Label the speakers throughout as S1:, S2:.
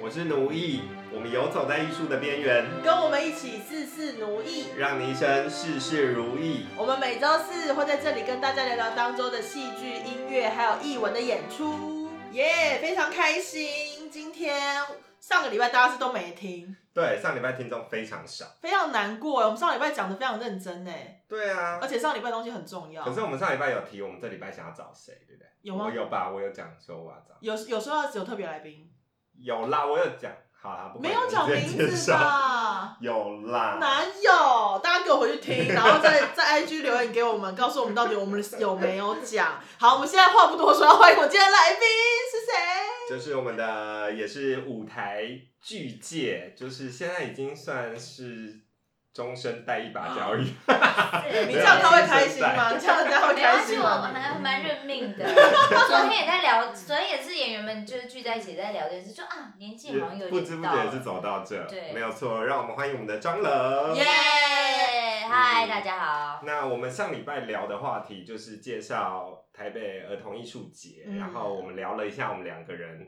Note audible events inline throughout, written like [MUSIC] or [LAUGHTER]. S1: 我是奴役，我们游走在艺术的边缘，
S2: 跟我们一起事事奴役。
S1: 让你一生事事如意。
S2: 我们每周四会在这里跟大家聊聊当周的戏剧、音乐还有艺文的演出，耶、非常开心。今天上个礼拜大家是都没听，
S1: 对，上礼拜听众非常少。
S2: 非常难过。我们上礼拜讲的非常认真哎，
S1: 对啊
S2: 而，且上礼拜东西很重要
S1: 可。是我们上礼拜有提我们这礼拜想要找谁，对不对？
S2: 有啊吗
S1: 我有吧，我有讲说我要找。
S2: 有有时候要有特别来宾，
S1: 有啦，我有讲。好啦，不管
S2: 没有讲
S1: 你直
S2: 名
S1: 接介
S2: 字
S1: 绍？
S2: 吧？
S1: 有啦，
S2: 哪有？大家给我回去听，然后再 [LAUGHS] 在 IG 留言给我们，告诉我们到底我们有没有讲。好，我们现在话不多说，欢迎我今天的来宾是谁？
S1: 就是我们的也是舞台剧界，就是现在已经算是终身带一
S2: 啊
S1: 把交椅。
S2: [LAUGHS]
S1: 啊
S2: 你这样他会开心
S1: 没
S2: 吗？你这样他会
S3: 没
S2: 开
S3: 关系，
S2: 心
S3: 我
S2: 吗
S3: 们？还蛮认
S2: [LAUGHS]
S3: 命的。昨天也在聊，昨天也是演员们就是聚在一起在聊这件事，就啊年纪好像有
S1: 不
S3: 点
S1: 知不
S3: 到
S1: 觉
S3: 了。
S1: 是走到这，
S3: 对
S1: 没有错。让我们欢迎我们的张伦。
S2: 耶嗯
S3: 耶，嗨，大家好。
S1: 那我们上礼拜聊的话题就是介绍台北儿童艺术节，
S2: 嗯
S1: 然后我们聊了一下我们两个人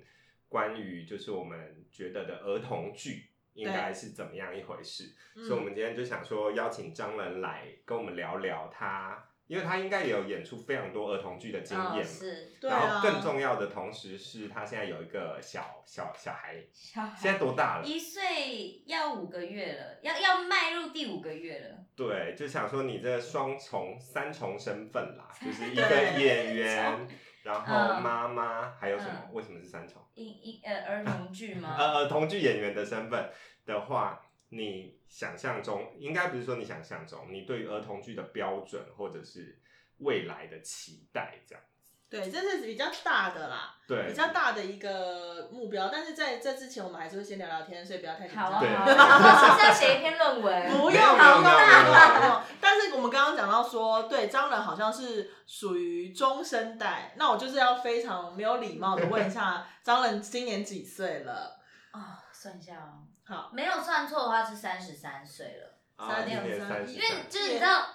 S1: 关于就是我们觉得的儿童剧应该是怎么样一回事，
S2: 嗯
S1: 所以我们今天就想说邀请张伦来跟我们聊聊他，因为他应该也有演出非常多儿童剧的经验
S3: 嗯，
S1: 嘛。
S3: 是
S2: 哦对
S1: 然后
S2: 啊，
S1: 更重要的同时是他现在有一个小小小孩，
S3: 小
S1: 现在多大了？
S3: 一岁要五个月了，要要迈入第五个月了。
S1: 对，就想说你这双重、三重身份啦，就是一个
S2: 对
S1: 演员，然后
S3: 嗯
S1: 妈妈，还有什么？为什么是三重？
S3: 婴婴呃儿童剧吗？
S1: 呃，儿童剧演员的身份的话，你想象中应该不是说你想象中，你对于儿童剧的标准或者是未来的期待这样。
S2: 对，这是比较大的啦，
S1: 对
S2: 比，较大的一个目标。但是在这之前，我们还是会先聊聊天，所以不要太紧
S3: 好
S2: 张。
S3: 啊，
S1: 对 [LAUGHS]
S3: 好啊，是不是要写一篇论文？
S2: 不用不用不
S1: 没有没有
S2: 用
S1: 没有没有
S2: 不用。但是我们刚刚讲到说，对张人好像是属于中生代，那我就是要非常没有礼貌的问一下，张人今年几岁了？
S3: 哦，算一下哦，
S2: 好，
S3: 没有算错的话是三十三岁了。
S1: 啊，今年
S2: 三
S1: 三
S2: 六
S1: 十
S3: 因
S2: 三
S3: 为就是你知道，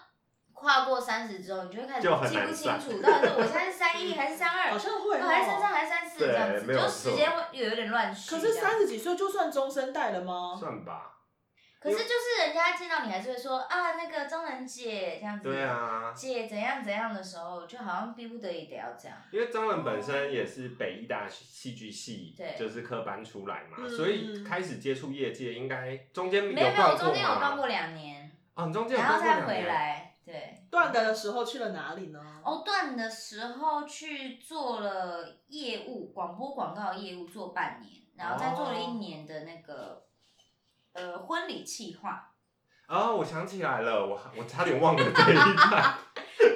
S3: 跨过三十之后，你就会开始
S1: 就很
S3: 记
S1: 难
S3: 不
S1: 算嗯
S3: 清楚到底是我现在是三一还是三二，
S2: 好像会、
S3: 我
S2: 哦，
S3: 哎还是三三还是三四这样
S1: 对
S3: 子，
S1: 没有
S3: 就
S1: 错
S3: 时间会有点乱序
S2: 可
S3: 这
S2: 是
S3: 样子。
S2: 三十几岁就算中生代了吗？
S1: 算吧。
S3: 可是就是人家见到你还是会说啊那个张仁姐这样子，
S1: 对，啊，
S3: 姐怎样怎样的时候，就好像逼不得已得要这样。
S1: 因为张伦本身也是北医大戏剧系，
S3: 对
S1: 就是科班出来嘛，
S2: 嗯
S1: 所以开始接触业界应该中间
S3: 没有没有，
S1: 逛
S3: 我
S1: 过
S3: 中间有
S1: 吗
S3: 逛过两年，
S1: 哦，你中间有
S3: 然
S1: 逛
S3: 后
S1: 过两
S3: 再
S1: 年
S3: 回。来，对。
S2: 断的时候去了哪里呢？
S3: 哦，断的时候去做了业务，广播广告业务做半年，然后再做了一
S1: 哦
S3: 年的那个、呃婚礼企划。 [LAUGHS]
S1: 哦，我想起来了，我我差点忘了这一段。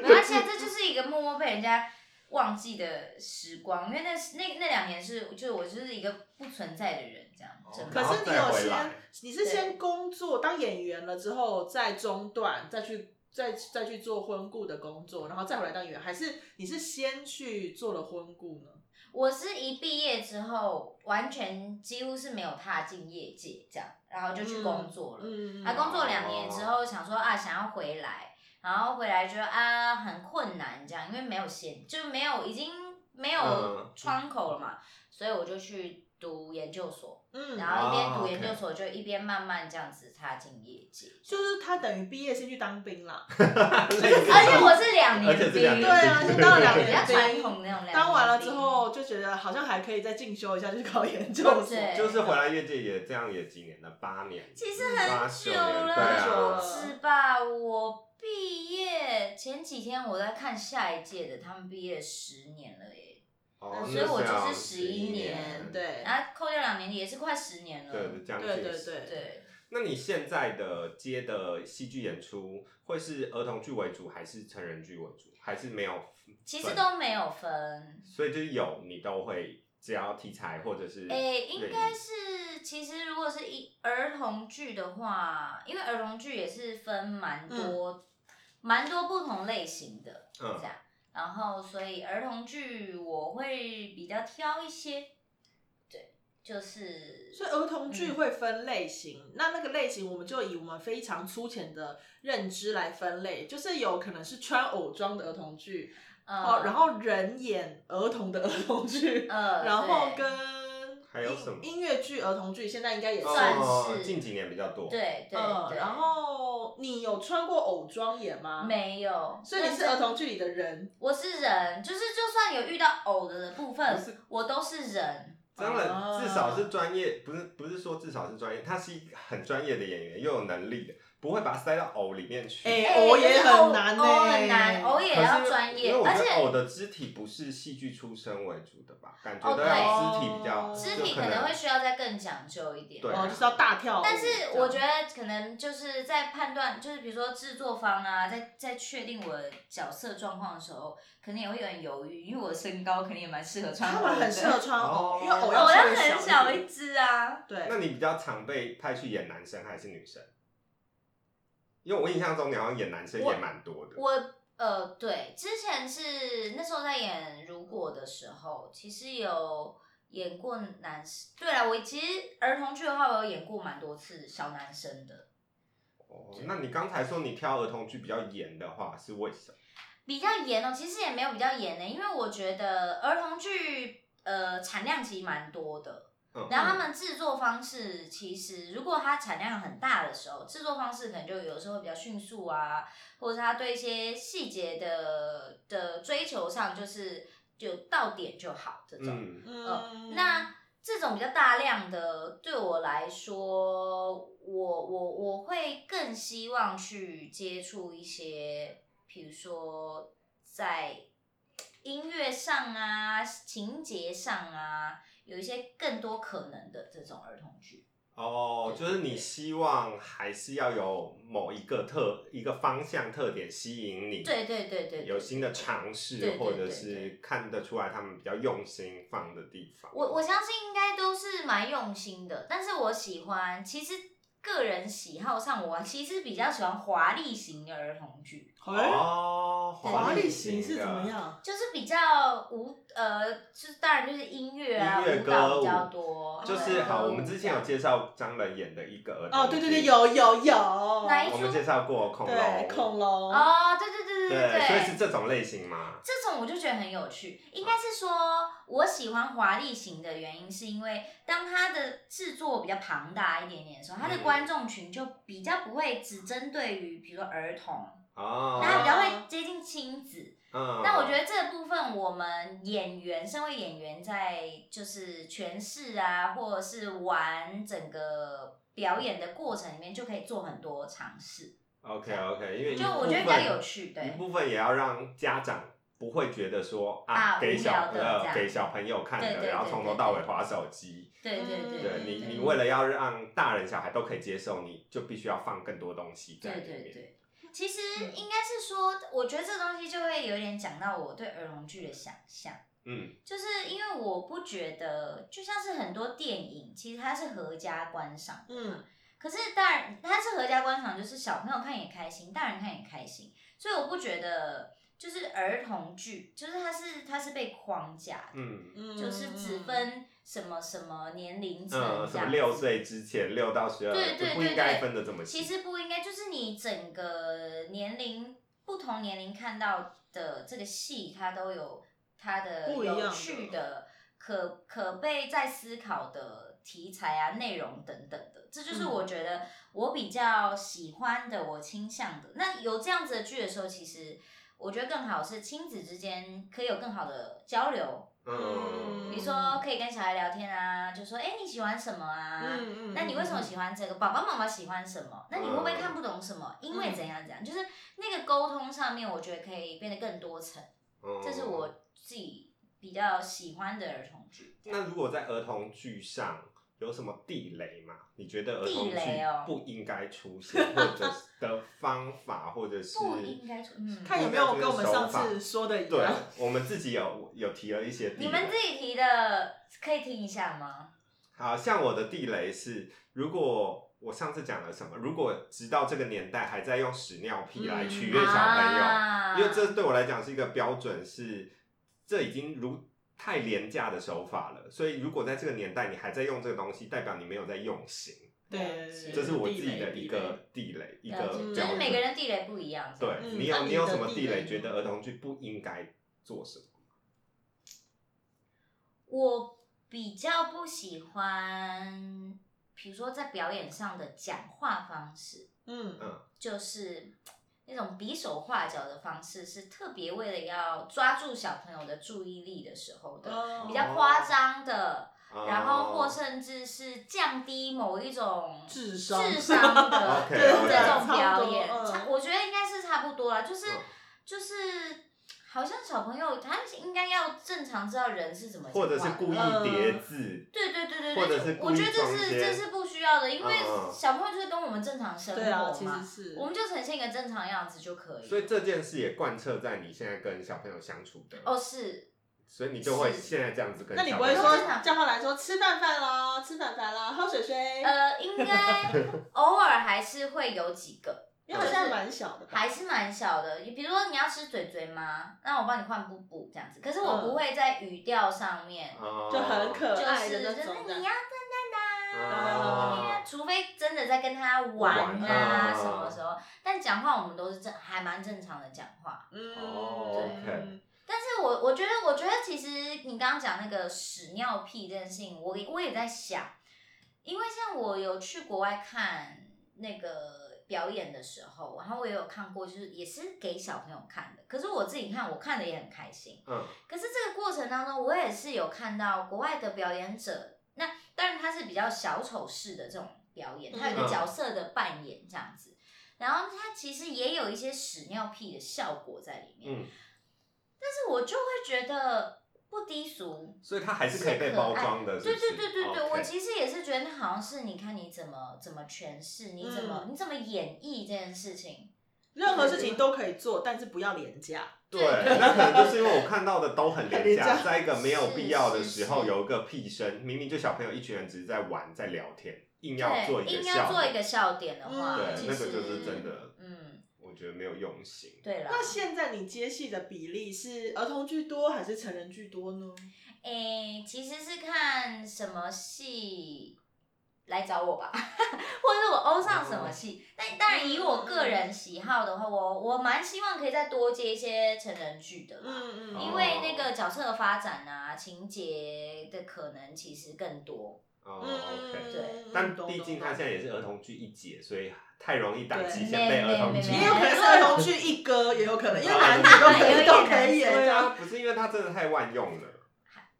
S3: 没关系啊，这就是一个默默被人家忘记的时光，因为那那那两年是就是我就是一个不存在的人这样
S1: 哦。
S3: 真的
S2: 可是你
S1: 然后
S2: 有
S1: 再回
S2: 先
S1: 来，
S2: 你是先工作当演员了之后，再中断，再去再再去做婚顾的工作，然后再回来当演员，还是你是先去做了婚顾呢？
S3: 我是一毕业之后完全几乎是没有踏进业界这样，然后就去工作了。
S2: 嗯，
S3: 啊，工作两年之后想说啊，想要回来，然后回来觉得啊很困难这样，因为没有衔，就没有已经没有
S1: 嗯
S3: 窗口了嘛，所以我就去读研究所，
S2: 嗯，
S3: 然后一边
S1: 啊
S3: 读
S1: ，OK
S3: 研究所就一边慢慢这样子踏进业界。
S2: 就是他等于毕业先去当兵啦，
S3: [LAUGHS] 而且我是两
S1: 而且
S3: 年
S1: 是两年
S3: 兵，
S2: 对啊，
S1: 兵
S2: 就当了两
S3: 比较
S2: 年
S3: 传
S2: 兵，
S3: 统那种两年兵。
S2: 当完了之后就觉得好像还可以再进修一下，就是考研究所。
S3: 对
S1: [LAUGHS] 就是回来业界也这样也几年了，八年。
S3: 其实很久
S1: 八九年
S3: 了，
S2: 对啊
S3: 不止吧？我毕业前几天我在看下一届的，他们毕业十年了耶。
S1: 哦，
S3: 嗯所以我就是
S1: 那年
S3: 11年。
S2: 对
S3: 然后啊扣掉两年也是快十年了。
S1: 对，将近
S2: 对对
S1: 10
S2: 对
S3: 对
S1: 那你现在的接的戏剧演出会是儿童剧为主，还是成人剧为主，还是没有分？
S3: 其实都没有分。
S1: 所以就是有你都会，只要题材或者是
S3: 诶、应该
S1: 类
S3: 是，其实如果是一儿童剧的话，因为儿童剧也是分蛮多、蛮多不同类型的这
S1: 嗯
S3: 样，然后所以儿童剧我会比较挑一些，对，就是
S2: 所以儿童剧
S3: 嗯
S2: 会分类型，那那个类型我们就以我们非常粗浅的认知来分类，就是有可能是穿偶装的儿童剧，[LAUGHS]
S3: 呃
S2: 哦，然后人演儿童的儿童剧，
S3: 呃，
S2: 然后
S3: 对
S2: 跟
S1: [LAUGHS] 还有什么
S2: 音？音乐剧、儿童剧，现在应该也是。
S3: 算
S1: 哦
S3: 是
S1: 近几年比较多。
S3: 对对
S2: 嗯，
S3: 对，
S2: 然后你有穿过偶装演吗？，
S3: 没有，
S2: 所以你是儿童剧里的人。
S3: 我是人，就是就算有遇到偶的部
S1: 不
S3: 分
S1: 是，
S3: 我都是人。
S1: 张然
S2: 啊
S1: 至少是专业，不是不是说至少是专业，他是一个很专业的演员，又有能力的，不会把他塞到偶里面去。
S2: 哎
S3: 哎
S2: 偶也
S3: 可是
S2: 很难呢欸
S3: 偶很难，偶也
S1: 可是因
S3: 要
S1: 为
S3: 专业，
S1: 因为我
S3: 而
S1: 觉得
S3: 且
S1: 偶的肢体不是戏剧出身为主的吧，感觉
S3: 哦
S1: 都要肢
S2: 对
S1: 体比较，
S3: 肢
S1: 就
S3: 体可能会需要再更讲究一点。
S1: 对
S2: 哦，就是要大跳舞这
S3: 但
S2: 样。
S3: 是我觉得可能就是在判断，就是比如说制作方啊，在在确定我的角色状况的时候，可能也会有点犹豫，因为我的身高可能也蛮适合穿
S2: 他
S3: 偶的。
S2: 们很适合穿偶
S1: 哦，
S2: 因为偶
S3: 偶
S2: 要
S3: 要
S2: 稍微
S3: 很
S2: 小
S3: 小
S2: 一
S3: 一
S2: 点。
S3: 只啊。
S2: 对，
S1: 那你比较常被派去演男生还是女生？因为我印象中你好像演男生
S3: 我
S1: 也蛮多的。
S3: 我呃，对，之前是那时候在演《如果》的时候，其实有演过男生。对啊，我其实儿童剧的话，我有演过蛮多次小男生的。
S1: 哦，那你刚才说你挑儿童剧比较严的话，是为什么？
S3: 比较严哦，其实也没有比较严呢，因为我觉得儿童剧呃产量其实蛮多的，
S1: 嗯，
S3: 然后他们制作方式其实如果它产量很大的时候，制作方式可能就有时候会比较迅速啊，或者是他对一些细节的的追求上就是就到点就好这种。
S1: 嗯，
S3: 嗯那这种比较大量的，对我来说，我我我会更希望去接触一些，比如说在音乐上啊、情节上啊，有一些更多可能的这种儿童剧。
S1: 哦，就是你希望还是要有某一个特一个方向特点吸引你，
S3: 对对对对对
S1: 有新的尝
S3: 对
S1: 试
S3: 对，对
S1: 或者
S3: 对
S1: 是看得出来他们比较用心放的地方。
S3: 我我相信应该都是蛮用心的，但是我喜欢，其实个人喜好上，我其实比较喜欢华丽型的儿童剧。
S2: 哎
S1: 哦，
S2: 华丽
S1: 型
S2: 型是怎么
S1: 的？
S2: 样？
S3: 就是比较舞呃，就是当然就是音乐啊，
S1: 音乐
S3: 舞蹈
S1: 歌舞
S3: 比较多，
S1: 就是好，
S3: 歌舞
S1: 我们之前有
S3: 这样
S1: 介绍张仁演的一个儿童
S2: 哦，对对对，
S1: 剧，
S2: 有有有。
S3: 哪一
S1: 我们介绍过恐
S2: 对
S1: 龙，
S2: 恐龙。
S3: 哦，对对对对
S1: 对，所以是
S3: 对。
S1: 这种类型吗？
S3: 这种我就觉得很有趣，应该是说我喜欢华丽型的原因，是因为当它的制作比较庞大一点点的时候，它的
S1: 嗯
S3: 观众群就比较不会只针对于比如说儿童，
S1: 哦，
S3: 那它比较会接近亲子，
S1: 嗯，
S3: 那我觉得这部分，我们演员身为演员，在就是诠释啊，或者是玩整个表演的过程里面，就可以做很多尝试，
S1: OK OK，因为一
S3: 就我觉得比
S1: 部分
S3: 较有趣，
S1: 一
S3: 对。
S1: 部分也要让家长不会觉得说
S3: 啊
S1: 给
S3: 无
S1: 小
S3: 聊的这
S1: 呃
S3: 样
S1: 给小朋友看
S3: 对对
S1: 的，
S3: 对
S1: 然后从头到尾划手机。
S3: 对对对
S1: 对
S3: 对
S1: 你，
S3: 对
S1: 你为了要让大人小孩都可以接受，你就必须要放更多东西在
S3: 对
S1: 里面。嗯
S3: 对对，其实应该是说，我觉得这东西就会有点讲到我对儿童剧的想象。
S1: 嗯，
S3: 就是因为我不觉得，就像是很多电影，其实它是合家观赏的嘛。
S2: 嗯
S3: 可是当然，它是合家观赏，就是小朋友看也开心，大人看也开心。所以我不觉得，就是儿童剧，就是它是它是被框架的，
S1: 嗯
S2: 嗯
S3: 就是只分什么什么年龄层
S1: 嗯，
S3: 这
S1: 什么
S3: 样。
S1: 六。岁之前六到十二，
S3: 对
S1: 就
S3: 对
S1: 不
S3: 对
S1: 应该
S3: 对，
S1: 分的这么细。
S3: 其实不应该，就是你整个年龄不同年龄看到的这个戏，它都有它的
S2: 不一样的
S3: 有趣的、可可被再思考的题材啊、内容等等的。这就是
S2: 嗯
S3: 我觉得我比较喜欢的，我倾向的。那有这样子的剧的时候，其实我觉得更好是亲子之间可以有更好的交流，
S1: 嗯，
S3: 比如说可以跟小孩聊天啊，就说哎、诶你喜欢什么啊？
S2: 嗯嗯。
S3: 那你为什么
S2: 嗯？
S3: 喜欢这个？爸爸妈妈喜欢什么？那你会不
S1: 嗯
S3: 会看不懂什么？因为怎样怎样，就是那个沟通上面，我觉得可以变得更多层。
S1: 嗯
S3: 这是我自己比较喜欢的儿童剧。
S1: 那如果在儿童剧上有什么地雷吗？你觉得儿童
S3: 地雷哦
S1: 剧不应该出现，或者是的方法，或者是
S3: 不应该出嗯
S2: 看有没有跟我们上次说的一
S1: 对
S2: 样？，
S1: 我们自己有有提了一些地雷。
S3: 你们自己提的可以听一下吗？
S1: 好像我的地雷是，如果我上次讲了什么，如果直到这个年代还在用屎尿屁来取悦小朋友，
S3: 嗯啊
S1: 因为这对我来讲是一个标准是，这已经如太廉价的手法了。所以如果在这个年代你还在用这个东西，代表你没有在用心，
S2: 对
S3: 是
S1: 这是我自
S2: 地
S1: 己
S2: 雷
S1: 的
S2: 地
S1: 一个地雷，一
S3: 了
S1: 个
S3: 解
S2: 嗯
S3: 就
S1: 标
S3: 是
S1: 准。
S3: 每个人地雷不一样。
S1: 对
S2: 嗯
S1: 你
S2: 那
S1: 有
S2: 你
S1: 你有
S2: 的
S1: 什么
S2: 地
S1: 地
S2: 雷
S1: 雷？
S2: 呢
S1: 觉得儿童剧不应该做什么？
S3: 我比较不喜欢，比如说在表演上的讲话方式，
S2: 嗯
S1: 嗯
S3: 就是那种比手画脚的方式，是特别为了要抓住小朋友的注意力的时候的，
S2: 哦
S3: 比较夸张的，
S1: 哦
S3: 然后或甚至是降低某一种
S2: 智商
S3: 智商
S2: [LAUGHS]
S3: 的
S1: OK，
S3: 这
S2: 对
S1: ，OK
S3: 种表演，
S2: 差不多嗯
S3: 差我觉得应该是差不多啦，就是
S1: 嗯
S3: 就是。好像小朋友他应该要正常知道人是怎么嗯讲
S1: 或者是
S3: 话的
S1: 故意叠字，
S3: 对对对对
S1: 或者
S3: 对，
S1: 是
S3: 就
S1: 故
S3: 我
S1: 意
S3: 觉得这
S1: 装一
S3: 是
S1: 些
S3: 这是不需要的，因为
S1: 嗯嗯
S3: 小朋友就是跟我们正常生活
S2: 对啊，其
S3: 嘛，
S2: 实是
S3: 我们就呈现一个正常样子就可以。
S1: 所以这件事也贯彻在你现在跟小朋友相处的，
S3: 哦是，
S1: 所以你就会
S3: 是
S1: 现在这样子跟
S2: 那
S1: 小
S2: 你不
S1: 朋
S2: 会
S1: 友
S2: 说
S1: 相处。
S3: 正常
S2: 叫他来说吃饭饭啦，吃饭饭啦，喝水水，
S3: 呃，应该偶尔还是会有几个，
S2: 因为好像蛮小的吧，
S3: 还是蛮小的。比如说你要吃嘴嘴吗？那我帮你换布布这样子，可是我
S2: 嗯
S3: 不会在语调上面，
S1: 哦
S2: 就很嗯可
S3: 就
S2: 爱
S3: 是
S2: 的
S3: 就是
S2: 那种的
S3: 你。要噔噔噔。
S1: 哦
S3: 除非真的在跟他玩
S1: 玩
S3: 啊
S1: 啊
S3: 什么时候，但讲话我们都是正还蛮正常的讲话，
S2: 嗯
S1: 哦，OK
S3: 但是我我觉得，我觉得其实你刚刚讲那个屎尿屁这件事情，我也我也在想，因为像我有去国外看那个表演的时候，然后我也有看过，就是也是给小朋友看的。可是我自己看，我看的也很开心。
S1: 嗯
S3: 可是这个过程当中，我也是有看到国外的表演者，那当然他是比较小丑式的这种表演，
S2: 嗯
S3: 他有一个角色的扮演这样子，然后他其实也有一些屎尿屁的效果在里面。
S1: 嗯，
S3: 但是我就会觉得不低俗。
S1: 所以它还是可以被包装的，
S3: 对
S1: 是不是
S3: 啊哎对对对对
S1: OK
S3: 我其实也是觉得那好像是你看你怎么怎么诠释，你怎
S1: 嗯
S3: 么、你怎么演绎这件事情。
S2: 任何事情都可以做，但是不要廉价。
S1: 对
S3: 对，
S1: 那可能就是因为我看到的都很廉
S2: 很
S1: 价，
S2: 廉价
S1: 在一个没有必要的
S3: 是是
S1: 时候
S3: 是
S1: 有一个屁声，明明就小朋友一群人只是在玩在聊天，硬要做
S3: 对，
S1: 一个
S3: 硬要
S1: 笑
S3: 做一
S1: 点，
S3: 个笑点的话，
S1: 对
S2: 嗯，
S3: 其
S1: 那
S3: 实
S1: 个就是真的，
S3: 嗯，
S1: 我觉得没有用心。
S3: 对了。
S2: 那现在你接戏的比例是儿童居多还是成人居多呢？
S3: 诶、其实是看什么戏来找我吧， [LAUGHS] 或者是我欧上什么
S1: 哦
S3: 戏。但当然以我
S1: 嗯
S3: 个人喜好的话，我我蛮希望可以再多接一些成人剧的啦。
S2: 嗯
S1: 哦
S3: 因为那个角色的发展啊，情节的可能其实更多。
S1: 哦
S2: 嗯
S1: ，OK。
S3: 对
S1: 但毕竟它现在也是儿童剧一姐，所以太容易档期先
S3: 对
S1: 被儿童剧
S3: 没没没
S2: 也有可能是儿童剧一哥，也有可能，因为男女都可以都可以
S1: 对
S2: 演
S1: 啊，
S2: 啊，
S1: 不是因为它真的太万用了。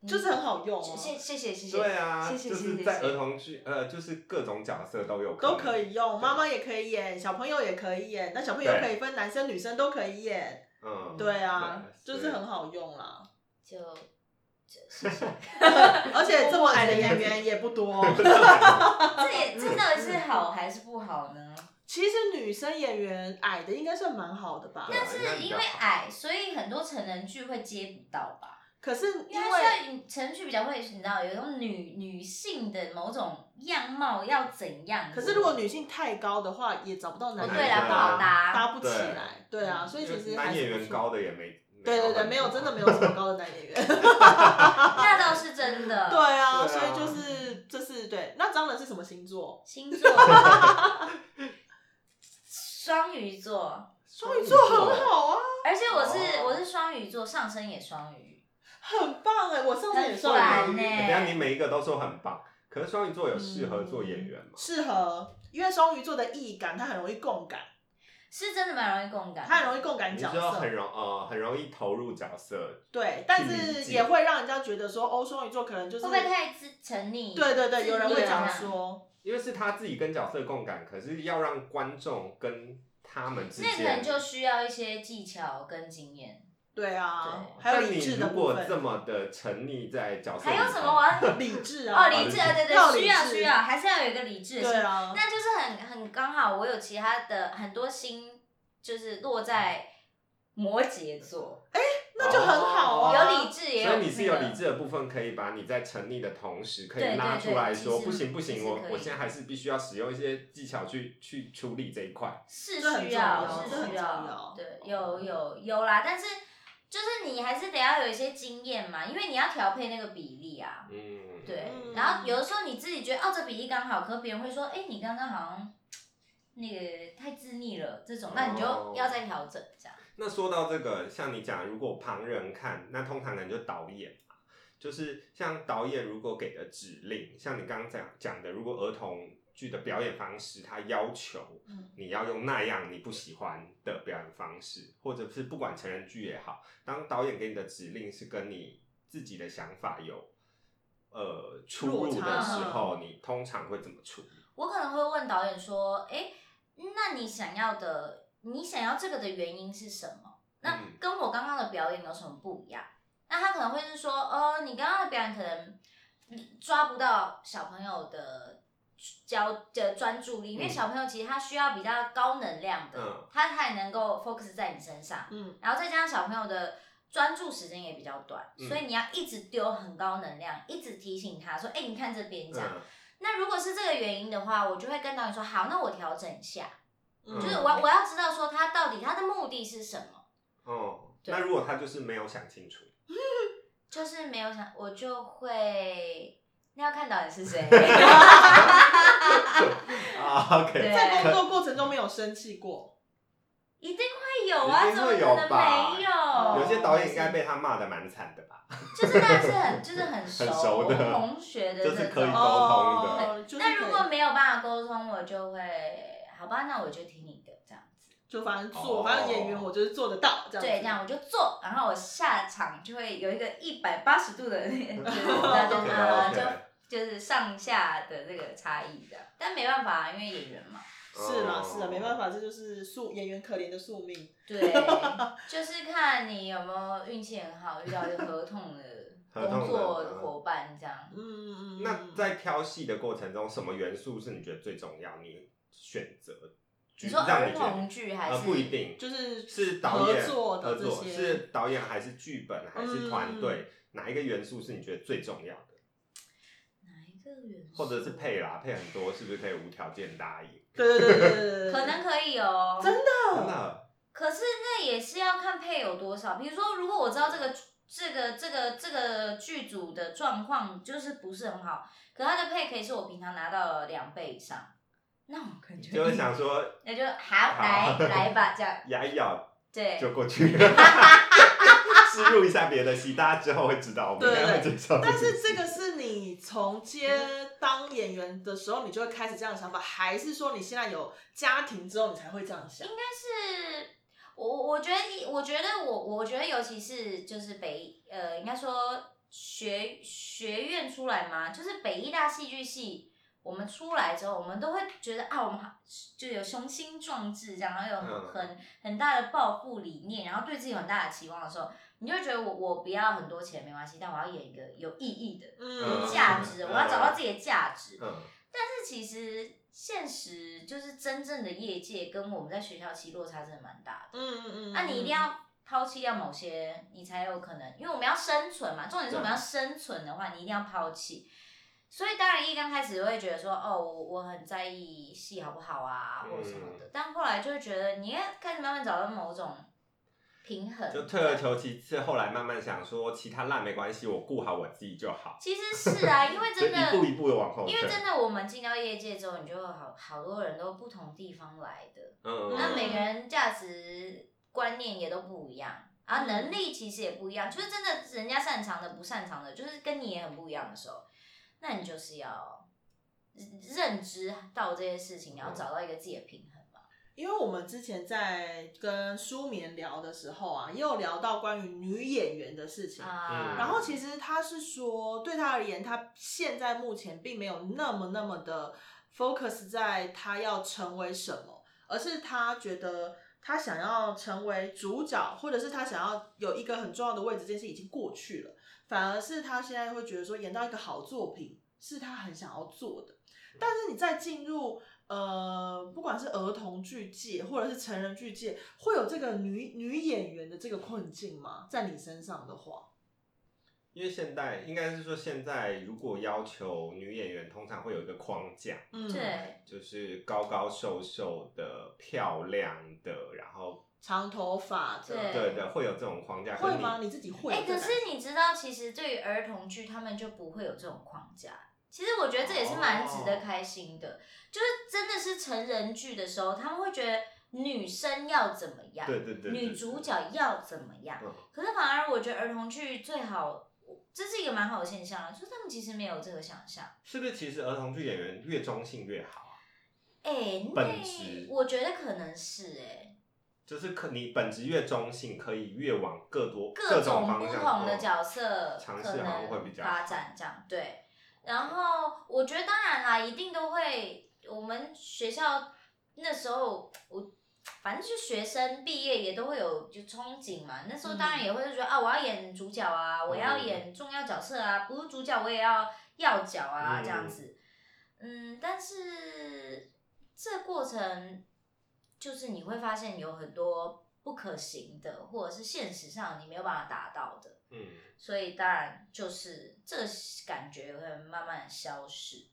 S2: 就是很好用
S3: 嗯。
S2: 啊，
S3: 谢谢谢谢谢。
S1: 对啊，
S3: 谢谢
S1: 就
S3: 谢
S1: 是
S3: 谢
S1: 在
S3: 谢谢
S1: 儿童剧，呃，就是各种角色都有，
S2: 都可。以用，妈妈也可以演，小朋友也可以演，那小朋友
S1: 对
S2: 可以分男生女生都可以演，
S1: 嗯，
S2: 对啊，
S1: 对
S2: 就是很好用啦。
S3: 就就谢谢。
S2: 而且这么矮的演员也不多，
S3: 这也这到底是好还是不好呢？
S2: 其实女生演员矮的应该算蛮好的吧
S1: 对，啊
S3: 但
S1: 那
S3: 是
S1: 比
S3: 因
S1: 较
S3: 为
S1: 好
S3: 矮，所以很多成人剧会接不到吧？
S2: 可是
S3: 因
S2: 因
S3: 为
S2: 为
S3: 它需要成人剧比较会，你知道有一种女女性的某种样貌要怎样？
S2: 可是如果女性太高的话，也找不到
S3: 哦
S2: 男
S1: 很
S2: 演
S3: 对
S2: 员
S1: 难
S3: 啦，
S1: 啊
S3: 不好搭。
S2: 搭不起来，对啊，所以其
S1: 嗯就是
S2: 实还
S1: 男
S2: 是
S1: 演
S2: 不
S1: 员
S2: 错
S1: 高的也没，
S2: 对对
S1: 高
S2: 对，
S1: 很
S2: 没有
S1: 多
S2: 真的没有什么高的男演
S1: [LAUGHS]
S2: 员，
S3: 那倒是真的。
S2: [LAUGHS] 对，啊，
S1: 对啊
S2: 所以就是这是对。那张人是什么星座？[LAUGHS]
S3: 星座，双鱼座。
S2: 双鱼座很，好啊，
S3: 而且我是、
S1: 哦
S3: 我是双鱼座，上身也双鱼，
S2: 很棒哎！我上次也
S3: 很
S2: 算
S3: 烦呢
S1: 等一下你每一个都说很棒，可是双鱼座有适合做演员吗？
S2: 适合，因为双鱼座的易感，他很容易共感，
S3: 是真的蛮容易共感。
S2: 他很容易共感
S1: 你
S2: 嗯角
S1: 说很
S2: 色，
S1: 容呃很容易投入角色，
S2: 对，但
S1: 去理
S2: 是
S1: 解
S2: 也会让人家觉得说，哦，双鱼座可能就
S3: 会
S2: 是
S3: 不会太自沉溺？
S2: 对对对，
S3: 自
S2: 有人
S3: 恋
S2: 会这样
S3: 啊。
S2: 说，
S1: 因为是他自己跟角色共感，可是要让观众跟他们之
S3: 那可能
S1: 间。
S3: 就需要一些技巧跟经验。
S2: 对啊，还有
S1: 但
S2: 理
S1: 你
S2: 智
S1: 如
S2: 的部
S1: 果这
S2: 分，
S1: 么的沉溺在角色
S3: 还
S1: 里头，
S3: 有什么我
S1: [LAUGHS]
S3: 要？
S2: 理智啊，
S3: 哦，理智，对对
S2: 要
S3: 对，
S2: 理
S3: 需要
S2: 智
S3: 需要，还是要有一个理智的心
S2: 对啊，
S3: 那就是很很刚好，我有其他的很多心，就是落在摩羯座，
S2: 那就很好
S1: 哦
S2: 啊，
S3: 有理智也有、那
S1: 所
S3: 个。
S1: 以你是有理智的部分，可以把你在沉溺的同时，可
S3: 对
S1: 以拉
S3: 对对
S1: 出来
S3: 其
S1: 说，
S3: 实
S1: 不行不
S3: 其
S1: 行，
S3: 实
S1: 我
S3: 可以
S1: 我现在还是必须要使用一些技巧去去处理这一块。
S3: 是
S2: 这很
S3: 需
S2: 重
S3: 要，
S1: 要
S3: 是
S1: 这很
S3: 需
S2: 重
S3: 要
S2: 要，
S3: 对，有有有啦，但是就是你还是得要有一些经验嘛，因为你要调配那个比例啊，
S1: 嗯，
S3: 对。
S2: 嗯
S3: 然后有的时候你自己觉得哦这比例刚好，可别人会说，哎、你刚刚好像那个太自溺了，这种，那你
S1: 哦
S3: 就要再调整这样。
S1: 那说到这个，像你讲，如果旁人看，那通常可能就导演嘛，就是像导演如果给的指令，像你刚刚讲讲的，如果儿童剧的表演方式，他要求
S3: 嗯
S1: 你要用那样你不喜欢的表演方式，或者是不管成人剧也好，当导演给你的指令是跟你自己的想法有呃出
S2: 落
S1: 入的
S3: 差
S1: 时候，你通常会怎么处理？
S3: 我可能会问导演说：“哎，那你想要的，你想要这个的原因是什么？那
S1: 嗯
S3: 跟我刚刚的表演有什么不一样？”那他可能会是说：“哦，你刚刚的表演可能你抓不到小朋友的焦的专注力，因为
S1: 嗯
S3: 小朋友其实他需要比较高能量的，
S1: 嗯
S3: 他才能够 focus 在你身上。
S2: 嗯，
S3: 然后再加上小朋友的专注时间也比较短，
S1: 嗯
S3: 所以你要一直丢很高能量，一直提醒他说：‘哎，你看这边这样。’
S1: 嗯
S3: 那如果是这个原因的话，我就会跟导演说，好，那我调整一下，
S2: 嗯
S3: 就是我要我要知道说他到底他的目的是什么，
S1: 哦，
S3: 对
S1: 那如果他就是没有想清楚，
S3: 就是没有想，我就会那要看导演是谁， [LAUGHS]
S1: 啊，OK，
S3: 对
S2: 在工作过程中没有生气过，
S3: 一定会有啊，
S1: 一
S3: 怎
S1: 定
S3: 么
S1: 会
S3: 可
S1: 有
S3: 能
S1: 吧
S3: 没
S1: 有
S3: 有？
S1: 些导演应该被他骂的蛮惨的吧？
S3: 就是那是很就是很熟
S1: [LAUGHS] 很熟的
S3: 同学的
S1: 就是
S3: 这
S1: 可以
S3: 种
S1: 沟通的
S2: 哦就是
S3: 那
S2: 可
S3: 如
S2: 以
S3: 果没有办法沟通，我就会好吧，那我就听你的这样子，
S2: 就反正做，
S1: 哦
S2: 反正演员我就是做得到这样子。
S3: 对，这样我就做，然后我下场就会有一个一百八十度
S1: [LAUGHS]
S3: 的，
S1: 哦
S3: [LAUGHS] 就是那就
S1: OK，OK
S3: 呃就就是上下的这个差异的，但没办法，因为演员嘛。
S2: 是啦
S1: 哦
S2: 是啦，没办法，这就是宿演员可怜的宿命。
S1: [LAUGHS]
S3: 对，就是看你有没有运气很好，遇到一个合同的
S1: [LAUGHS] 合同的嗯
S3: 工作伙伴这样。
S2: 嗯嗯嗯。
S1: 那在挑戏的过程中，什么元素是你觉得最重要？你选择，
S3: 你说
S1: 让
S3: 儿
S1: 你决定
S3: 童剧还是、
S1: 呃不一定，
S2: 就是
S1: 是导演
S2: 合作的
S1: 合
S2: 这
S1: 作
S2: 些嗯
S1: 是导演还是剧本还是团队、哪一个元素是你觉得最重要的？
S3: 哪一个元素？
S1: 或者是配啦，配很多是不是可以无条件答应？
S2: 对对对对对对，
S3: 可能可以
S1: [LAUGHS]
S3: 哦。
S2: 真
S1: 真
S2: 的
S1: 的
S3: 可是那也是要看配有多少。比如说，如果我知道这个这个这个这个剧组的状况就是不是很好，可他的配可以是我平常拿到的两倍以上，那我可能就
S1: 就会想说
S3: 那就好来
S1: 好
S3: 来吧，这样
S1: 牙一咬
S2: 哎
S3: 对。
S1: 就过
S2: [LAUGHS]
S1: 去，植入一下别的戏，大家之后会知道我们
S2: 对
S1: 应该会介绍件
S2: 但
S1: 事情。
S2: 是这个是你从接当演员的时候，你就会开始这样的想法，还是说你现在有家庭之后，你才会这样想？
S3: 是我我觉得我觉得我我觉得尤其是就是北呃，应该说学学院出来嘛，就是北医大戏剧系。我们出来之后，我们都会觉得啊，我们好就有雄心壮志，这样，然后有
S1: 嗯
S3: 很很很大的抱负理念，然后对自己有很大的期望的时候，你就会觉得我我不要很多钱没关系，但我要演一个有意义的、有
S1: 嗯
S3: 价值的，我要找到自己的价值。
S1: 嗯，
S3: 但是其实现实就是真正的业界跟我们在学校其实落差真的蛮大的。
S2: 嗯嗯嗯。
S3: 那、你一定要抛弃掉某些，你才有可能，因为我们要生存嘛。重点是我们要生存的话，你一定要抛弃。所以当然一刚开始会觉得说，哦，我我很在意戏好不好啊，或者什
S1: 嗯
S3: 么的。但后来就会觉得，你也开始慢慢找到某种平衡，
S1: 就退而求其次，后来慢慢想说，其他烂没关系，我顾好我自己就好，
S3: 其实是啊，因为
S1: 就
S3: 真的
S1: 一步一步的往后退。
S3: 因为真的，我们进到业界之后，你就会好好多人都不同地方来的，
S1: 嗯，嗯
S3: 那
S1: 嗯
S3: 每个人价值观念也都不一样，然后能力其实也不一样，就是真的人家擅长的不擅长的，就是跟你也很不一样的时候，那你就是要认知到这些事情，然后找到一个自己的平衡嘛。
S2: 因为我们之前在跟舒眠聊的时候啊，也有聊到关于女演员的事情。
S3: 啊
S1: 嗯
S2: 然后其实他是说，对他而言，他现在目前并没有那么那么的 focus 在他要成为什么，而是他觉得他想要成为主角，或者是他想要有一个很重要的位置，这件事已经过去了，反而是他现在会觉得说，演到一个好作品是他很想要做的。但是你再进入呃，不管是儿童剧界或者是成人剧界，会有这个女女演员的这个困境吗？在你身上的话？
S1: 因为现代应该是说，现在如果要求女演员，通常会有一个框架，
S2: 嗯，
S3: 对，
S1: 就是高高瘦瘦的、漂亮的，然后
S2: 长头发的，
S3: 对
S1: 对的，会有这种框架。可
S2: 会
S1: 是
S2: 吗？你自己会
S3: 哎、
S2: 有这
S3: 可
S2: 感觉？
S3: 是你知道，其实对于儿童剧，他们就不会有这种框架。其实我觉得这也是蛮值得开心的，就是真的是成人剧的时候，他们会觉得女生要怎么样，
S1: 对对对对
S3: 女主角要怎么样。
S1: 嗯
S3: 可是反而我觉得儿童剧最好，我这是一个蛮好的现象啊，就是他们其实没有这个想象。
S1: 是不是其实儿童剧演员越中性越好啊？
S3: 哎、
S1: 本质
S3: 那我觉得可能是哎、
S1: 就是可你本质越中性，可以越往各多
S3: 各
S1: 种
S3: 种
S1: 方
S3: 不
S1: 向
S3: 同的
S1: 走
S3: 角色
S1: 尝
S3: 可
S1: 试好像
S3: 能
S1: 会比较
S3: 发
S1: 好
S3: 展这样对。然后我觉得当然啦，一定都会，我们学校那时候我。反正就学生毕业也都会有就憧憬嘛，那时候当然也会觉得、啊，我要演主角啊，我要
S1: 嗯
S3: 演重要角色啊，不是主角我也要要角啊、这样
S1: 嗯
S3: 子。嗯，但是这过程就是你会发现有很多不可行的，或者是现实上你没有办法达到的，
S1: 嗯，
S3: 所以当然就是这个感觉会慢慢消失。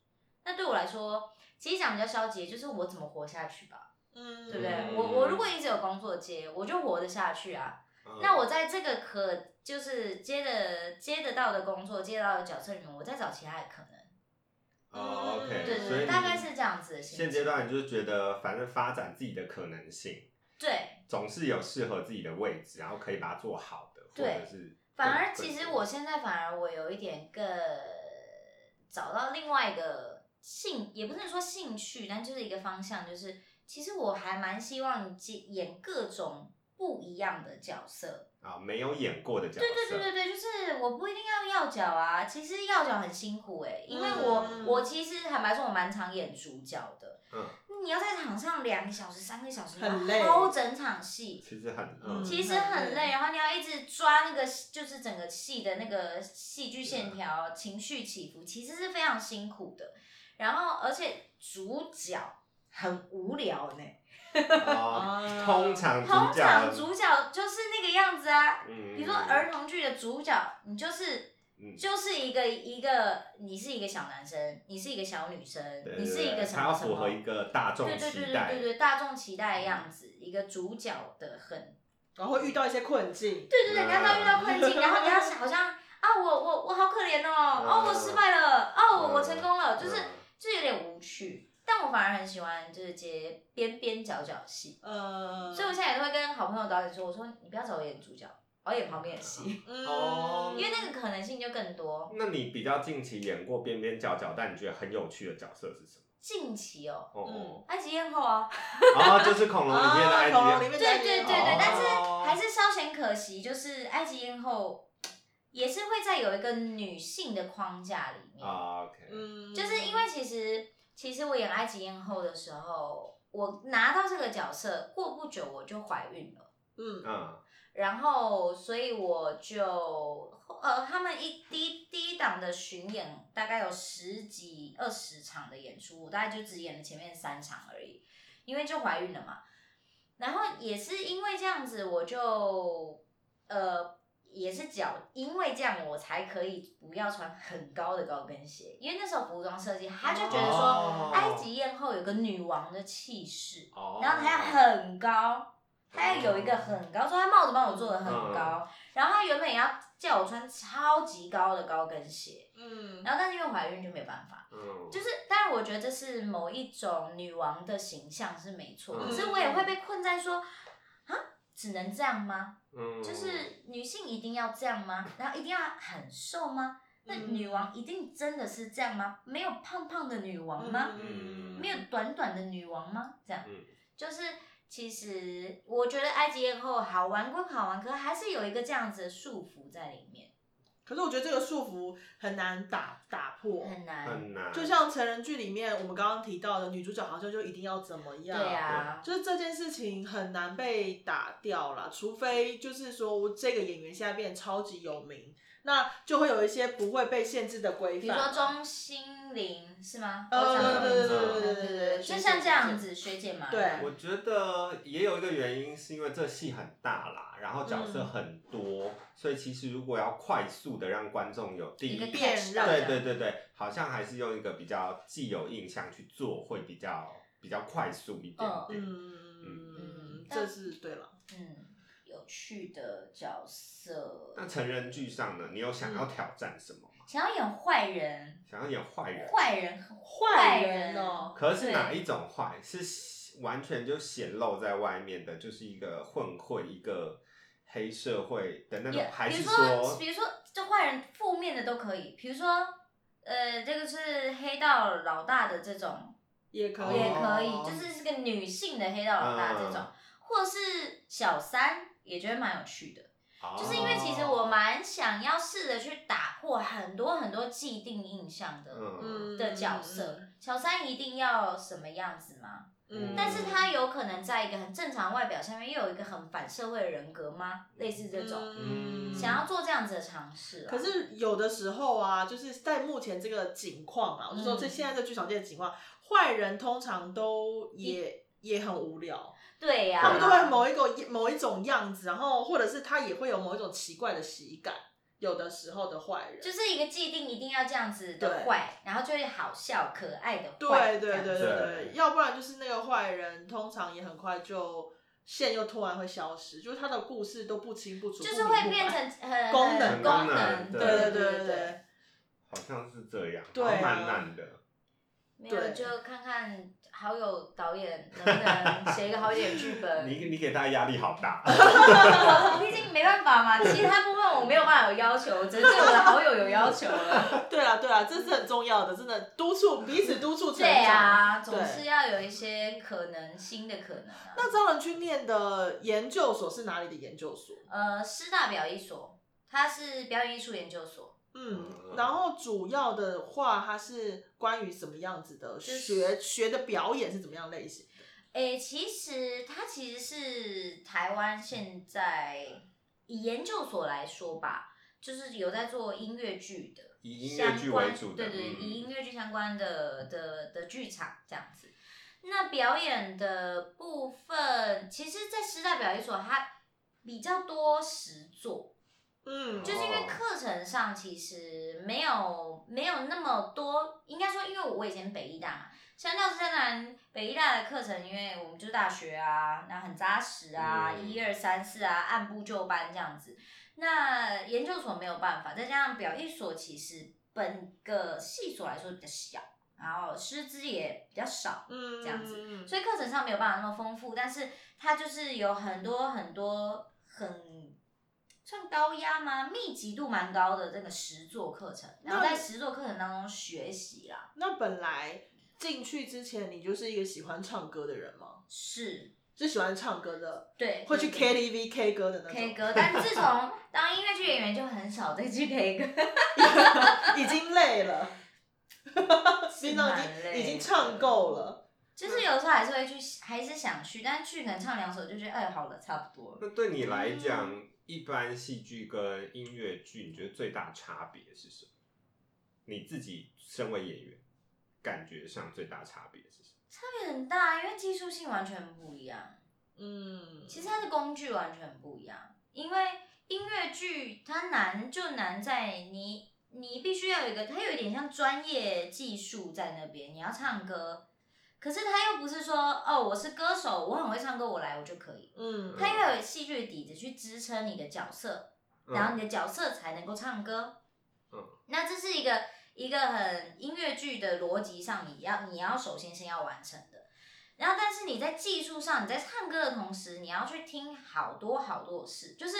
S3: 那对我来说，其实讲比较消极，就是我怎么活下去吧，
S2: 嗯，
S3: 对不对？
S1: 嗯
S3: 我我如果一直有工作接，我就活得下去啊。
S1: 嗯
S3: 那我在这个可就是接的接得到的工作，接得到的角色里面，我再找其他的可能。
S1: 哦
S2: 嗯
S1: ，OK，
S3: 对对
S1: 所以
S3: 对，大
S1: 你
S3: 概是这样子的心情。
S1: 现阶段你就是觉得，反正发展自己的可能性，
S3: 对，
S1: 总是有适合自己的位置，然后可以把它做好的，或
S3: 对
S1: 者是
S3: 反
S1: 更
S3: 而
S1: 更
S3: 其实
S1: 多
S3: 我现在反而我有一点更找到另外一个兴，也不能说兴趣，但就是一个方向，就是其实我还蛮希望接演各种不一样的角色。
S1: 啊没有演过的角色，
S3: 对对对对对，就是我不一定要要角啊，其实要角很辛苦哎、因为我、
S2: 嗯
S3: 我其实坦白说，我蛮常演主角的。
S1: 嗯，
S3: 你要在场上两个小时、三个小时，
S2: 很累
S3: 然后整场戏，
S1: 其实很
S2: 嗯
S1: 嗯，
S3: 其实
S2: 很
S3: 很
S2: 累
S3: 累，然后你要一直抓那个就是整个戏的那个戏剧线条、情绪起伏，其实是非常辛苦的。然后而且主角很无聊呢，
S1: [LAUGHS]
S2: 啊
S1: 哦通常
S3: 通
S1: 主
S3: 常
S1: 角
S3: 主角就是那个样子啊。
S1: 嗯，
S3: 比如说儿童剧的主角，你就是
S1: 嗯
S3: 就是一个一个，你是一个小男生，你是一个小女生，
S1: 对
S3: 你
S1: 对
S3: 是一个
S1: 对
S3: 什
S1: 他
S3: 么
S1: 要
S3: 什
S1: 符合
S3: 么，
S1: 一个大众
S3: 对对对
S1: 期
S3: 对
S1: 待，
S3: 对对，大众期待的样子，一个主角的很
S2: 然后会遇到一些困境，
S3: 对对对，你要到遇到困境，然后你要好像啊，我我我好可怜哦，哦我失败了，哦我我成功了，就是
S1: 嗯
S3: 就有点无趣。但我反而很喜欢就是接边边角角戏，
S2: 呃，
S3: 所以我现在也都会跟好朋友导演说，我说你不要找我演主角，我要演旁边的戏，
S2: 嗯
S1: 哦
S3: 因为那个可能性就更多。
S1: 那你比较近期演过边边角角，但你觉得很有趣的角色是什么？
S3: 近期哦，
S1: 哦
S2: 嗯
S1: 哦，
S3: 埃及艳后啊，
S1: 哦，就是恐龙里面的
S2: 啊
S1: 埃啊
S2: 恐龙里
S1: 及
S2: 面
S3: 对
S2: 的埃
S3: 对
S2: 及
S3: 对
S2: 艳
S3: 对，
S2: 后
S3: 对但
S1: 哦
S3: 是还是稍显可惜，就是埃及艳后也是会在有一个女性的框架里面。
S1: 啊，OK，
S2: 嗯，
S3: 就是因为其实其实我演埃及艳后的时候，我拿到这个角色过不久我就怀孕了，
S2: 嗯
S1: 嗯，
S3: 然后所以我就呃他们一第一第一档的巡演大概有十几二十场的演出，我大概就只演了前面三场而已，因为就怀孕了嘛。然后也是因为这样子，我就呃也是脚，因为这样我才可以不要穿很高的高跟鞋，因为那时候服装设计他就觉得说
S1: 哦
S3: 哎埃及艳后有个女王的气势，
S1: 哦，
S3: 然后她要很高，她要有一个很高，所以她帽子帮我做的很
S1: 嗯
S3: 高，然后她原本也要叫我穿超级高的高跟鞋，
S2: 嗯，
S3: 然后但是因为怀孕就没有办法。
S1: 嗯，
S3: 就是，但是我觉得这是某一种女王的形象是没错，
S1: 嗯
S3: 可是我也会被困在说，啊，只能这样吗？
S1: 嗯
S3: 就是女性一定要这样吗？然后一定要很瘦吗？那
S2: 嗯
S3: 女王一定真的是这样吗？没有胖胖的女王吗？
S1: 嗯
S3: 没有短短的女王吗？这样，
S1: 嗯
S3: 就是其实我觉得埃及艳后好玩归好玩，可还是有一个这样子的束缚在里面，
S2: 可是我觉得这个束缚很难打打破，
S3: 很
S1: 嗯
S3: 难。
S1: 很难，
S2: 就像成人剧里面我们刚刚提到的，女主角好像就一定要怎么
S3: 对
S2: 样，
S3: 啊，
S2: 就是这件事情很难被打掉啦，除非就是说我这个演员现在变得超级有名，那就会有一些不会被限制的规范。
S3: 比如说钟欣凌是吗？
S2: 呃
S3: 我讲
S1: 对对对
S3: 的
S2: 对对对对对
S3: 就像这样子，学姐嘛。
S2: 对
S1: 我觉得也有一个原因，是因为这戏很大啦，然后角
S3: 嗯
S1: 色很多，所以其实如果要快速的让观众有第
S3: 一个
S2: 遍
S3: catch
S2: 让
S3: 到
S1: 对
S3: 的
S1: 对对对，好像还是用一个比较既有印象去做，会比较比较快速一点
S3: 嗯
S1: 点。
S2: 嗯，
S3: 嗯
S2: 这是对了。
S3: 嗯，有趣的角色，
S1: 那成人剧上呢，你有想要挑战什么吗？
S3: 想要演坏人，
S1: 想要演坏人，
S3: 嗯坏人，
S2: 坏人
S3: 人
S2: 哦
S1: 可是是哪
S3: 对
S1: 一种坏？是完全就显露在外面的，就是一个混混，一个黑社会的那种
S3: 也，
S1: 还
S3: 比
S1: 是
S3: 如说，比如说，这坏人负面的都可以，比如说，呃，这个是黑道老大的这种
S2: 也可以，
S3: 也
S1: 哦
S3: 可以，就是是个女性的黑道老大这种
S1: 嗯，
S3: 或是小三，也觉得蛮有趣的。就是因为其实我
S1: 哦
S3: 蛮想要试着去打破很多很多既定印象的。
S1: 嗯
S2: 嗯
S3: 的角色，小三一定要什么样子吗？
S2: 嗯，
S3: 但是他有可能在一个很正常外表下面，又有一个很反社会的人格吗？类似这种，
S1: 嗯
S3: 想要做这样子的尝试、啊。
S2: 可是有的时候啊，就是在目前这个景况啊，我就说
S3: 嗯
S2: 这现在这剧场界的景况，坏人通常都也也很无聊，
S3: 对呀、
S2: 他们都会某一个某一种样子，然后或者是他也会有某一种奇怪的喜感，有的时候的坏人，
S3: 就是一个既定一定要这样子的
S2: 对
S3: 坏，然后就是好笑可爱的坏。
S2: 对
S3: 这
S2: 对
S3: 样
S2: 对对
S3: 子
S2: 对，要不然就是那个坏人，通常也很快就线又突然会消失，就是他的故事都不清不楚，
S3: 就是
S2: 不明
S3: 会
S2: 不
S3: 变
S2: 白
S3: 成很
S2: 功能
S3: 很
S1: 功
S3: 功
S1: 能
S3: 能，
S2: 对对
S3: 对
S2: 对
S3: 对
S2: 对。
S1: 好像是这样，
S2: 对
S1: 还
S2: 啊
S1: 蛮难的。
S3: 没
S2: 对
S3: 有就看看好友导演能不能写一个好一点的剧本。
S1: 你你给大家压力好大，
S3: [LAUGHS] 毕竟没办法嘛，其他部分我没有办法有要求，只是对我的好友有要求
S2: [LAUGHS]
S3: 了。
S2: 对啊啦对啦，这是很重要的，真的督促彼此督促成
S3: 对
S2: 长。
S3: 啊，
S2: 对
S3: 总是要有一些可能新的可能啊。
S2: 那张仁去念的研究所是哪里的研究所？
S3: 呃，师大表艺所，它是表演艺术研究所，
S2: 嗯
S1: 嗯，
S2: 然后主要的话，它是关于什么样子的
S3: 就是
S2: 学学的表演是怎么样类型？
S3: 诶，其实它其实是台湾现在以研究所来说吧，就是有在做音乐剧的，
S1: 以音乐剧为主的，
S3: 对对，
S1: 嗯
S3: 以音乐剧相关的的的剧场这样子。那表演的部分，其实，在师大表演所它比较多实作，
S2: 嗯，
S3: 就是因为课程上其实没有没有那么多，应该说，因为我以前北医大嘛，相较之下，北医大的课程，因为我们就是大学啊，那很扎实啊，
S1: 嗯
S3: 一二三四啊，按部就班这样子。那研究所没有办法，再加上表艺所其实本个系所来说比较小，然后师资也比较少，
S2: 嗯
S3: 这样子
S2: 嗯
S3: 所以课程上没有办法那么丰富，但是它就是有很多很多很算高压吗？密集度蛮高的这个实作课程，然后
S2: 那
S3: 在实作课程当中学习啦，
S2: 那本来进去之前，你就是一个喜欢唱歌的人吗？
S3: 是
S2: 是喜欢唱歌的，
S3: 对，
S2: 会去
S3: 嗯
S2: KTV K 歌的那种
S3: K 歌，但自从当音乐剧演员就很少再去 K 歌，
S2: [LAUGHS] 已经累了，
S3: 是
S2: 心脏已
S3: 蛮累
S2: 经
S3: 的
S2: 已经唱够了。
S3: 就是有时候还是会去，还是想去，但去可能唱两首就觉得，哎，好了，差不多了。
S1: 那对你来讲，一般戏剧跟音乐剧，你觉得最大差别是什么？你自己身为演员，感觉上最大差别是什么？
S3: 差别很大，因为技术性完全不一样。
S2: 嗯，
S3: 其实它的工具完全不一样，因为音乐剧它难就难在你你必须要有一个，它有一点像专业技术在那边，你要唱歌，可是它又不是说哦我是歌手，我很会唱歌，我来我就可以，
S2: 嗯，
S3: 它要有戏剧的底子去支撑你的角色，然后你的角色才能够唱歌。
S1: 嗯，
S3: 那这是一个一个很音乐剧的逻辑上，你要你要首先先要完成的。然后，但是你在技术上，你在唱歌的同时，你要去听好多好多的事，就是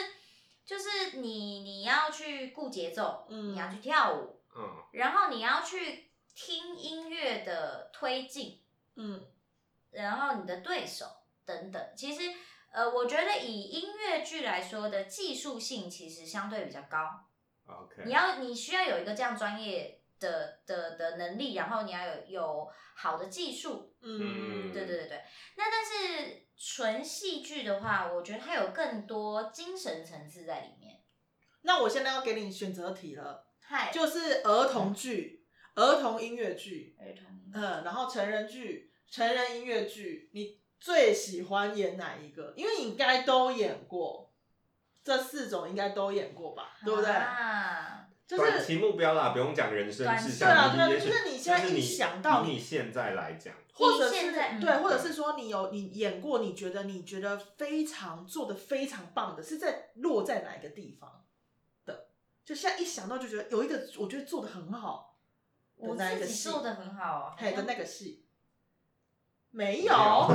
S3: 就是你你要去顾节奏，
S2: 嗯
S3: 你要去跳舞，
S1: 嗯，
S3: 然后你要去听音乐的推进，
S2: 嗯
S3: 然后你的对手等等。其实，呃，我觉得以音乐剧来说的技术性其实相对比较高，
S1: 嗯，OK，
S3: 你要你需要有一个这样专业的的的能力，然后你要有有好的技术，
S2: 嗯，
S1: 嗯
S3: 对对对对。那但是纯戏剧的话，我觉得它有更多精神层次在里面。
S2: 那我现在要给你选择题了，
S3: 嗨，
S2: 就是儿童剧、儿童音乐剧，
S3: 儿童
S2: 嗯，然后成人剧、成人音乐剧，你最喜欢演哪一个？因为你应该都演过，这四种应该都演过吧，对不对？
S3: 啊，
S2: 就
S1: 短
S2: 是
S1: 期目标啦，不用讲人生
S3: 短
S1: 志
S3: 期
S1: 向，
S3: 对啊
S1: 你
S2: 对啊
S1: 也
S2: 就
S1: 许
S2: 是你现在
S1: 就是
S2: 一
S1: 你
S2: 想到
S1: 以
S2: 你
S1: 你现在来讲，
S2: 或者
S3: 你
S2: 是
S3: 现在嗯
S2: 对，或者是说你有你演过，你觉得你觉得非常做的非常棒的，是在落在哪一个地方的？就现在一想到就觉得有一个，我觉得做的很好的
S3: 我
S2: 那一
S3: 自
S2: 个
S3: 己
S2: 戏，
S3: 做的很好，好
S2: 嘿的
S3: 像
S2: 那个戏，没
S1: 没
S2: 有，
S1: 有 [LAUGHS]
S2: [LAUGHS]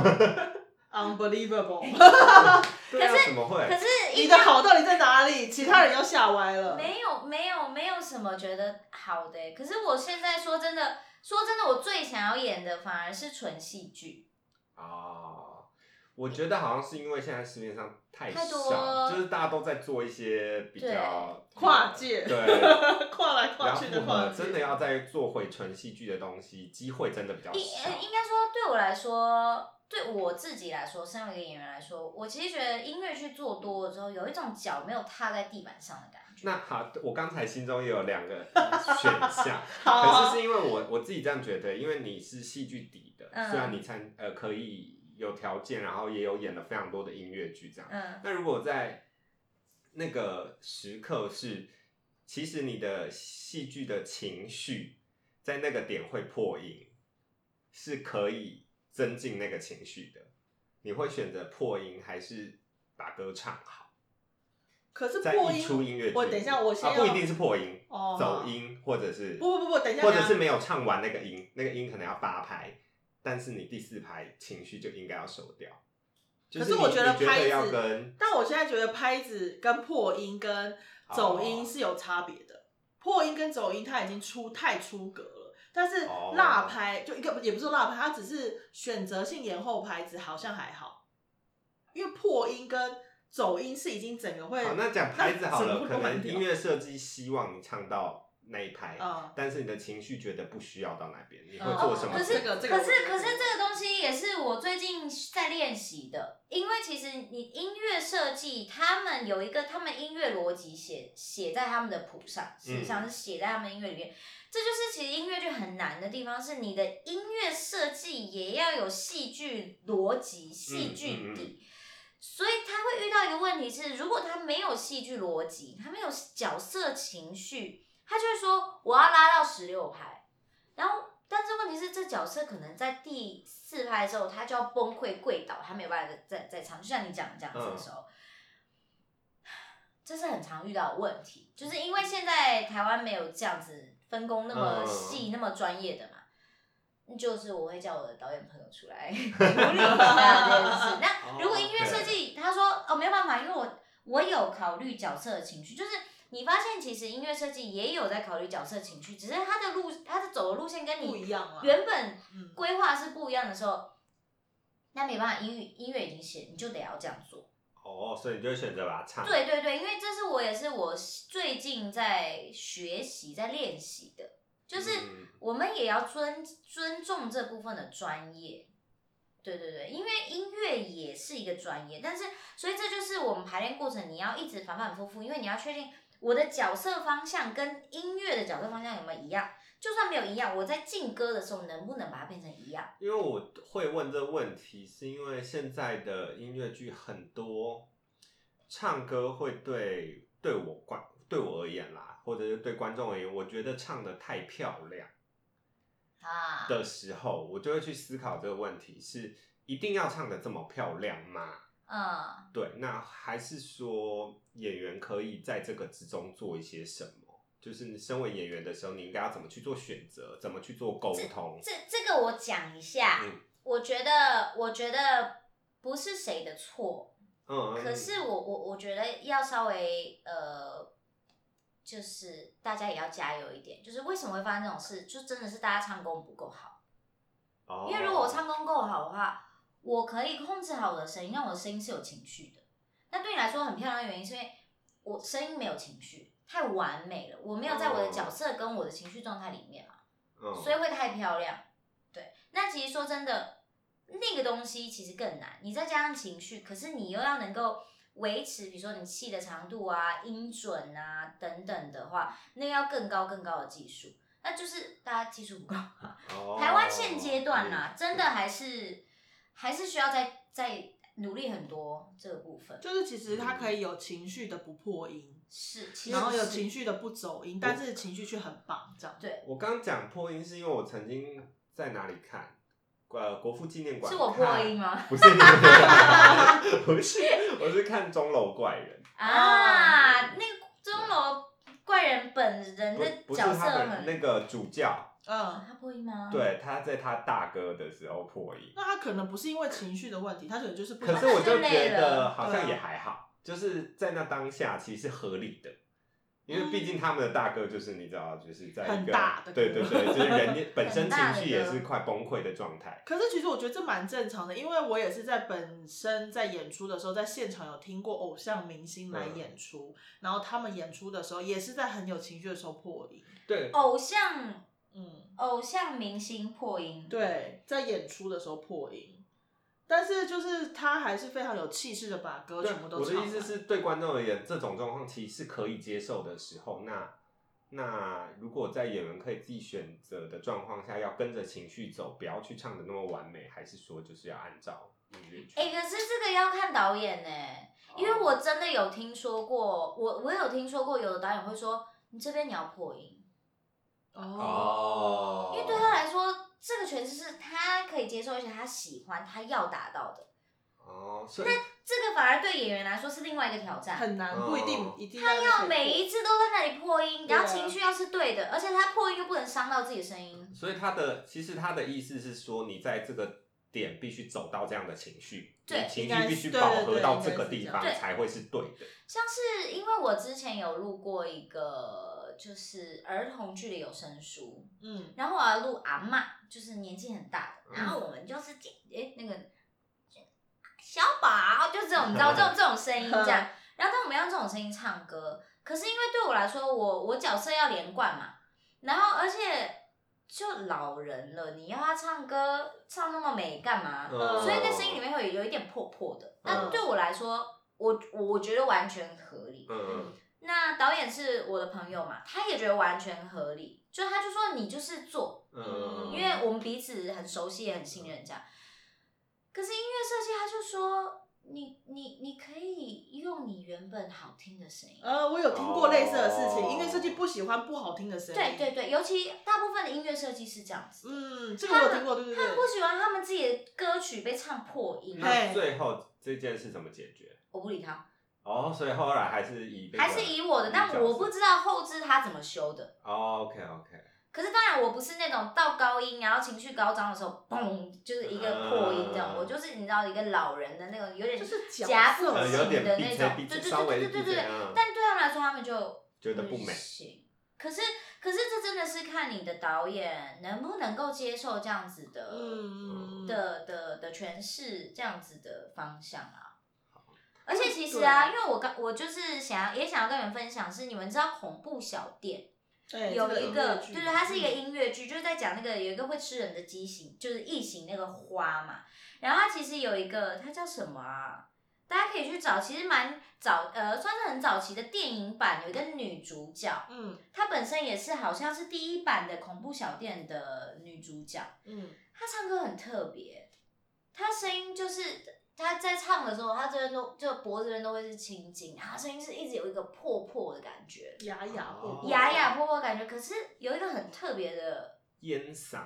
S3: [LAUGHS]
S2: unbelievable， [LAUGHS]
S1: 对啊，怎么会？
S3: 可是一
S2: 你的好到底在哪里？其他人又吓歪了。
S3: 没有没有没有什么觉得好的欸、可是我现在说真的，说真的，我最想要演的反而是纯戏剧，
S1: 哦，我觉得好像是因为现在市面上太
S3: 太多
S1: 少，就是大家都在做一些比较
S3: 对
S2: 跨界
S1: 对。
S2: 跨来 [LAUGHS] 跨
S1: 然
S2: 去的
S1: 后
S2: 跨
S1: 我
S2: 界，
S1: 真的要再做回纯戏剧的东西，机会真的比较
S3: 应
S1: 少
S3: 呃。应该说对我来说。对我自己来说，身为一个演员来说，我其实觉得音乐剧做多了之后，有一种脚没有踏在地板上的感觉。
S1: 那好，我刚才心中也有
S2: [LAUGHS]
S1: 两个选项，
S2: 好
S1: 可
S2: 啊
S1: 是是因为我我自己这样觉得，因为你是戏剧底的，
S3: 嗯
S1: 虽然你参呃可以有条件，然后也有演了非常多的音乐剧这样。
S3: 嗯
S1: 那如果在那个时刻是，其实你的戏剧的情绪在那个点会破音，是可以增进那个情绪的。你会选择破音还是把歌唱好？
S2: 可是
S1: 在
S2: 破
S1: 一出
S2: 音
S1: 音乐剧里面，
S2: 我等一下我先
S1: 啊、
S2: 要
S1: 不一定是破音，
S2: 哦
S1: 走音或者是
S2: 不不不不等一下
S1: 或者
S2: 等一下
S1: 是没有唱完那个音，那个音可能要八拍，但是你第四拍情绪就应该要收掉。就
S2: 可
S1: 是
S2: 是我
S1: 你
S2: 觉
S1: 你
S2: 得拍子
S1: 要跟
S2: 但我现在觉得拍子跟破音跟走音是有差别的，破音跟走音它已经出太出格了。但是
S1: 哦
S2: 辣拍就一个也不是说辣拍，它只是选择性延后拍子，好像还好，因为破音跟走音是已经整个会
S1: 好，那讲拍子好
S2: 那
S1: 了，
S2: 整个
S1: 可
S2: 会乱
S1: 能
S2: 掉
S1: 音乐设计希望你唱到那一拍，
S2: 嗯
S1: 但是你的情绪觉得不需要到那边，你会
S2: 嗯
S1: 做什么
S3: 可
S1: 事？
S3: 是
S2: 这个这个
S3: 可
S2: 我
S3: 是
S2: 觉得
S3: 可是这个东西也是我最近在练习的，因为其实你音乐设计，他们有一个他们音乐逻辑写写在他们的谱上，
S1: 嗯
S3: 实际上是写在他们音乐里面。这就是其实音乐剧很难的地方，是你的音乐设计也要有戏剧逻辑、戏剧
S1: 嗯嗯
S3: 底。所以他会遇到一个问题是，如果他没有戏剧逻辑，他没有角色情绪，他就会说我要拉到十六拍，然后但是问题是，这角色可能在第四拍的时候，他就要崩溃跪倒，他没有办法再再再唱，就像你讲的这样子的时候，这是很常遇到的问题，就是因为现在台湾没有这样子分工那么
S1: 嗯
S3: 细、那么专业的嘛。就是我会叫我的导演朋友出来处理一下这件事。那如果音乐设计，他说哦没有办法，因为我我有考虑角色的情绪，就是你发现其实音乐设计也有在考虑角色情绪，只是他的路他的走的路线跟
S2: 不
S3: 你
S2: 一样啊。
S3: 原本
S2: 嗯
S3: 规划是不一样的时候，那没办法，音乐音乐已经写，你就得要这样做。
S1: 哦，所以你就会选择把它唱。
S3: 对对对，因为这是我也是我最近在学习在练习的，就是
S1: 嗯
S3: 我们也要尊尊重这部分的专业。对对对，因为音乐也是一个专业，但是所以这就是我们排练过程，你要一直反反复复，因为你要确定我的角色方向跟音乐的角色方向有没有一样。就算没有一样，我在进歌的时候能不能把它变成一样？
S1: 因为我会问这问题，是因为现在的音乐剧很多唱歌会对对我观对我而言啦，或者是对观众而言，我觉得唱的太漂亮
S3: 啊，
S1: 的时候，我就会去思考这个问题：是一定要唱的这么漂亮吗？
S3: 嗯，
S1: 对，那还是说演员可以在这个之中做一些什么？就是你身为演员的时候，你应该要怎么去做选择，怎么去做沟通？
S3: 这这个我讲一下，
S1: 嗯
S3: 我觉得我觉得不是谁的错，
S1: 嗯，嗯
S3: 可是我我我觉得要稍微呃，就是大家也要加油一点，就是为什么会发生这种事，就真的是大家唱功不够好，
S1: 哦
S3: 因为如果我唱功够好的话，我可以控制好我的声音，让我的声音是有情绪的。那对你来说很漂亮的原因，是因为我声音没有情绪，太完美了，我没有在我的角色跟我的情绪状态里面
S1: 嗯
S3: 嘛。所以会太漂亮。对，那其实说真的，那个东西其实更难。你再加上情绪，可是你又要能够维持，比如说你气的长度啊、音准啊等等的话，那要更高更高的技术。那就是大家技术不够，
S1: 哦
S3: 台湾现阶段啊啦、
S1: 嗯
S3: 真的还是还是需要再再努力很多这个部分。
S2: 就是其实它
S1: 嗯
S2: 可以有情绪的不破音，
S3: 是，其实
S2: 然后有
S3: 是
S2: 情绪的不走音，但是情绪却很棒，这样。
S3: 对，
S1: 嗯我刚讲破音是因为我曾经在哪里看，呃，国父纪念馆
S3: 是我
S1: 看
S3: 破
S1: [LAUGHS]
S3: 音吗？
S1: 不是你们，不是，我是看钟楼怪人，
S3: 啊，那个钟楼怪人本人
S1: 不
S3: 的
S1: 不是
S3: 角色
S1: 他们
S3: 很
S1: 那个主教，
S3: 啊
S2: 嗯，
S3: 他破音吗？，
S1: 对，他在他大哥的时候破音，
S2: 那他可能不是因为情绪的问题，他可能就是不
S1: 可
S2: 想
S1: 是我就
S3: 太
S1: 觉
S3: 累
S1: 得
S3: 了
S1: 好像
S2: 对啊
S1: 也还好，就是在那当下其实是合理的，因为毕
S3: 嗯
S1: 竟他们的大哥就是你知道，就是在一
S2: 很
S1: 个
S2: 大的
S1: 对对
S2: 歌
S1: 对，
S3: [LAUGHS]
S1: 就是人家本身情
S3: 很大的
S1: 绪也
S3: 歌
S1: 是快崩溃的状态。
S2: 可是其实我觉得这蛮正常的，因为我也是在本身在演出的时候，在现场有听过偶像明星
S1: 嗯
S2: 来演出，然后他们演出的时候也是在很有情绪的时候破
S3: 哦
S2: 音。
S1: 对，
S3: 偶像
S2: 嗯，
S3: 偶像明星破音，，
S2: 对，在演出的时候破音，但是就是他还是非常有气势的把歌
S1: 对
S2: 全部，都
S1: 我的
S2: 唱完。
S1: 意思是对观众而言，这种状况其实是可以接受的时候，那那如果在演员可以自己选择的状况下，要跟着情绪走，不要去唱的那么完美，还是说就是要按照音乐去？
S3: 哎、可是这个要看导演呢、
S2: 哦
S3: 因为我真的有听说过，我我有听说过有的导演会说你这边你要破音，
S1: 哦
S2: 哦
S3: 因为对他来说这个诠释是他可以接受，而且他喜欢，他要达到的。
S1: 哦，所以
S3: 这个反而对演员来说是另外一个挑战，
S2: 很难，
S1: 哦
S2: 不一定一定
S3: 他
S2: 要
S3: 要每一次都在那里破音，
S2: 对啊
S3: 然后情绪要是对的，而且他破音又不能伤到自己的声音。
S1: 所以他的其实他的意思是说，你在这个点必须走到这样的情绪，
S3: 对
S1: 你情
S2: 应该
S1: 绪
S2: 是
S1: 必须
S2: 对
S1: 饱
S2: 对
S1: 和
S2: 对
S1: 到
S2: 应
S1: 这
S2: 该
S1: 个
S2: 是
S1: 地
S2: 这
S1: 方
S3: 样对
S1: 才会是对的。
S3: 像是因为我之前有录过一个就是儿童剧的有声书，
S2: 嗯
S3: 然后我要录阿嬷，就是年纪很大的，
S1: 嗯
S3: 然后我们就是这诶那个小宝，就这种你知道这种这种声音这样，然后但我们要用这种声音唱歌，可是因为对我来说，我我角色要连贯嘛，然后而且就老人了，你要他唱歌唱那么美干嘛？
S1: 嗯
S3: 所以在声音里面会有有一点破破的，
S2: 嗯
S3: 那对我来说，我我觉得完全合理。
S1: 嗯，
S3: 那导演是我的朋友嘛，他也觉得完全合理，就他就说你就是做，
S1: 嗯，
S3: 因为我们彼此很熟悉，也很信任这样。可是音乐设计他就说你你你可以用你原本好听的声音，
S2: 呃，我有听过类似的事情，
S1: 哦
S2: 音乐设计不喜欢不好听的声音。
S3: 对对，对，尤其大部分的音乐设计是这样子的，
S2: 嗯，这个我有听过，对对
S3: 他们不
S2: 对。
S3: 喜欢他们自己的歌曲被唱破音，
S1: 那
S2: 嘿
S1: 最后这件事怎么解决？
S3: 我不理他，
S1: 哦，所以后来还是以那个
S3: 还是以我的，但我不知道后置他怎么修的。
S1: 哦，OK OK，
S3: 可是当然，我不是那种到高音，然后情绪高涨的时候，嘣，就是一个破音这样。
S1: 嗯
S3: 我就是你知道一个老人的那种，有点
S2: 就是角色
S3: 夹缝
S1: 呃，有
S3: 型
S1: 点
S3: 的
S1: 逼
S3: 那
S1: 车
S3: 种，
S1: 逼
S3: 对
S1: 车，
S3: 对
S1: 稍微
S3: 对对对
S1: 逼
S3: 对
S1: 车
S3: 对。
S1: 嗯
S3: 但对他们来说，他们就嗯
S1: 觉得不美
S3: 行。可是，可是这真的是看你的导演能不能够接受这样子的、
S2: 嗯嗯嗯
S3: 的的的诠释，这样子的方向啊。而且其实
S2: 对
S3: 啊，
S2: 啊
S3: 因为我刚我就是想要也想要跟你们分享是，你们知道恐怖小店
S2: 对
S3: 有
S2: 这个
S3: 一
S2: 音
S3: 个，
S2: 乐
S3: 对
S2: 剧
S3: 对，它是一个
S2: 嗯
S3: 音乐剧，就是在讲那个有一个会吃人的畸形，就是异形那个花嘛。然后它其实有一个，它叫什么啊？大家可以去找，其实蛮早，呃，算是很早期的电影版，有一个女主角，
S2: 嗯
S3: 她本身也是好像是第一版的恐怖小店的女主角。
S2: 嗯
S3: 她唱歌很特别，她声音就是她在唱的时候，她这边都就脖子这边都会是青筋，然后她声音是一直有一个破破的感觉。
S2: 雅雅
S1: 哦
S3: 哑哑婆婆感觉，可是有一个很特别的，
S1: 烟嗓，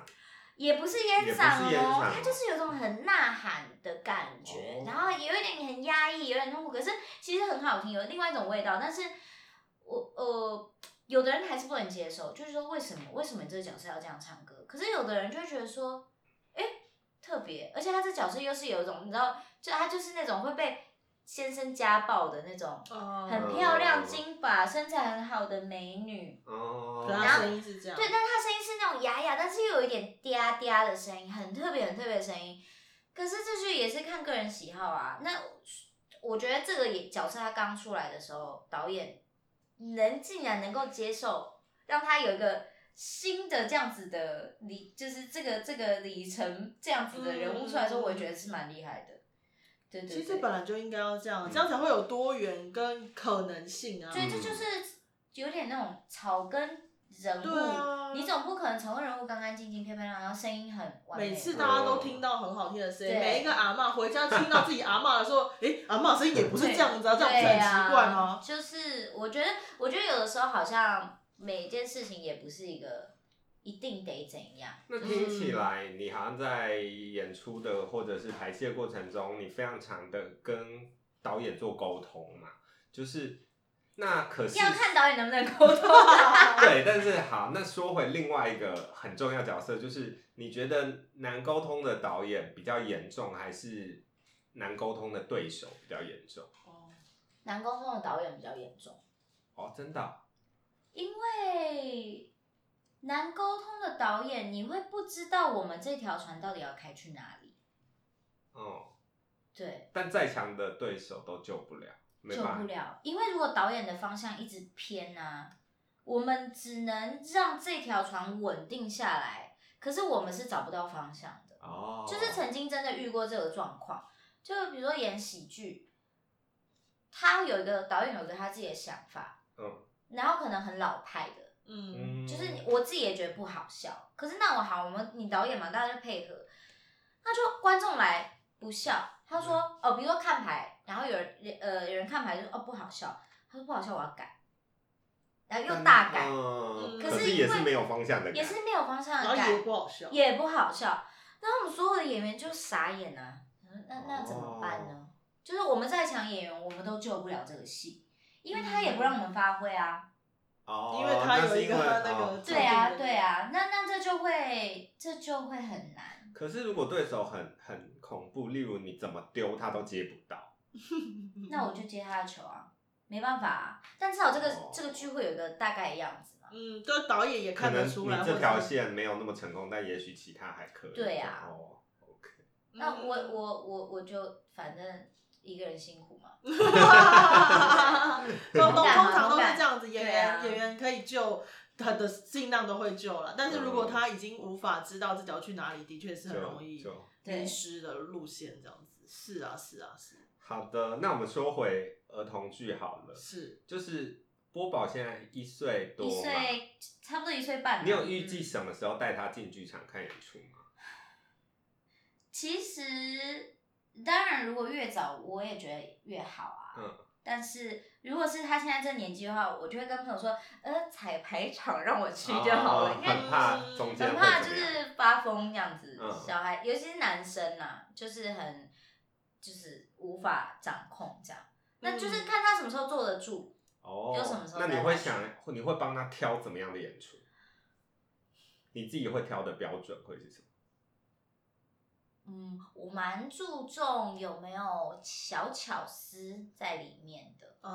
S3: 也不是烟
S1: 也
S3: 嗓
S1: 不是烟嗓
S3: 哦，它就是有种很呐喊的感觉，
S1: 哦
S3: 然后有一点很压抑，有点痛苦，可是其实很好听，有另外一种味道。但是我呃，有的人还是不能接受，就是说为什么为什么你这个角色要这样唱歌？可是有的人就会觉得说，哎，特别，而且他这角色又是有一种你知道，就他就是那种会被先生家暴的那种。
S2: 哦
S3: 很漂亮、金发、身材很好的美女，
S1: 哦，
S2: 可是他声音是这样，
S3: 对，但是他声音是那种哑哑，但是又有一点嗲嗲的声音，很特别、很特别的声音。可是这就也是看个人喜好啊。那我觉得这个也角色他刚出来的时候，导演能竟然能够接受，让他有一个新的这样子的里，就是这个这个里程这样子的人物出来的时候，
S2: 嗯
S3: 我也觉得是蛮厉害的。对对对，
S2: 其实本来就应该要这样，
S1: 嗯
S2: 这样才会有多元跟可能性啊。
S3: 所以这就是有点那种草根人物，
S2: 对啊
S3: 你总不可能草根人物干干净净、漂漂亮亮，然后声音很完美。
S2: 每次大家都听到很好听的声音，
S3: 对
S2: 每一个阿嬷回家听到自己阿嬷的时候，诶，阿嬷声音也不是
S3: 对
S2: 这样子啊，这样不是很
S3: 对啊
S2: 奇怪吗？
S3: 就是我觉得，我觉得有的时候好像每件事情也不是一个一定得怎样。
S1: 那听起来，你好像在演出的或者是排戏的过程中，你非常常的跟导演做沟通嘛，就是那可是
S3: 要看导演能不能沟通。
S1: 对，但是好，那说回另外一个很重要角色，就是你觉得难沟通的导演比较严重，还是难沟通的对手比较严重？
S3: [LAUGHS]
S2: 哦，
S3: 南宫峰的导演比较严重，
S1: 哦，真的哦、
S3: 因为难沟通的导演，你会不知道我们这条船到底要开去哪里。
S1: 哦，
S3: 对，
S1: 但再强的对手都救不了，没
S3: 救
S1: 办
S3: 不
S1: 法。
S3: 了，因为如果导演的方向一直偏啊，我们只能让这条船稳定下来，可是我们是找不到方向的。
S1: 哦，
S3: [LAUGHS] 就是曾经真的遇过这个状况，就比如说演喜剧，他有一个导演有一个他自己的想法，
S1: 嗯
S3: 然后可能很老派的，
S2: 嗯，
S1: 嗯，
S3: 就是我自己也觉得不好笑。可是那我好，我们你导演嘛，大家就配合。那就观众来不笑，他说
S2: 嗯
S3: 哦，比如说看牌，然后有人呃有人看牌就说哦不好笑，他说不好笑我要改，然后又大改，
S1: 嗯，
S2: 可
S1: 可
S2: 是
S1: 是也
S3: 因为
S1: 是没有方向的改，
S3: 也是没有方向
S2: 哦然后
S3: 的改，
S2: 也不好笑，
S3: 也不好笑。然后我们所有的演员就傻眼啊，那那怎
S2: 哦
S3: 么办呢？就是我们在场演员，我们都救不了这个戏，因为他也不让我
S2: 嗯
S3: 们发挥啊。
S1: 哦，
S2: 因为他
S1: 那
S2: 有
S1: 是
S2: 一个
S1: 因为
S2: 他那个
S1: 哦
S2: 嗯
S3: 对啊，
S2: 对
S3: 对啊，那那这就会这就会很难。
S1: 可是如果对手很很恐怖，例如你怎么丢他都接不到，
S2: 嗯
S3: 那我就接他的球啊，没办法啊。但至少这个、
S1: 哦
S3: 这个剧会有一个大概的样子嘛。
S2: 嗯，就导演也
S1: 可
S2: 看
S1: 能
S2: 得出来，
S1: 你这条
S2: 或者是，
S1: 线没有那么成功，但也许其他还可以。
S3: 对啊
S1: 哦，OK，
S2: 嗯
S3: 那我我我我就反正一个人辛
S1: [LAUGHS]
S3: 苦嘛。
S2: 通通
S3: 勇敢
S2: 通常都是
S3: 嘛勇敢
S2: 这样子，演
S3: 啊对
S2: 员、
S3: 啊
S2: 演员可以救他的尽量都会救了，但是如果他已经无法知道自己要去哪里，的确是很容易
S1: 就就
S2: 迷
S3: 对
S2: 失的路线这样子。是啊，是啊，是
S1: 好的。那我们说回儿童剧好了，
S2: 是。
S1: 就是波宝现在一岁多
S3: 一
S1: 嘛，
S3: 岁差不多一岁半了。
S1: 你有预计
S3: 嗯
S1: 什么时候带他进剧场看演出
S2: [LAUGHS]
S1: 吗？
S3: 其实，当然，如果越早，我也觉得越好啊。
S1: 嗯。
S3: 但是如果是他现在这年纪的话，我就会跟朋友说，呃，彩排场让我去就好了，
S1: 哦
S3: 因为
S1: 很怕中间
S3: 很
S1: 会
S3: 怕就
S1: 怎么样
S3: 是发疯这样子。
S1: 嗯
S3: 小孩，尤其是男生呐、就是很就是无法掌控这样。
S2: 嗯
S3: 那就是看他什么时候坐得住，
S1: 哦，
S3: 有什么时候
S1: 那你
S3: 带他
S1: 会
S3: 去
S1: 想，你会帮他挑怎么样的演出？你自己会挑的标准会是什么？
S3: 嗯，我蛮注重有没有小巧思在里面的。
S2: 哦，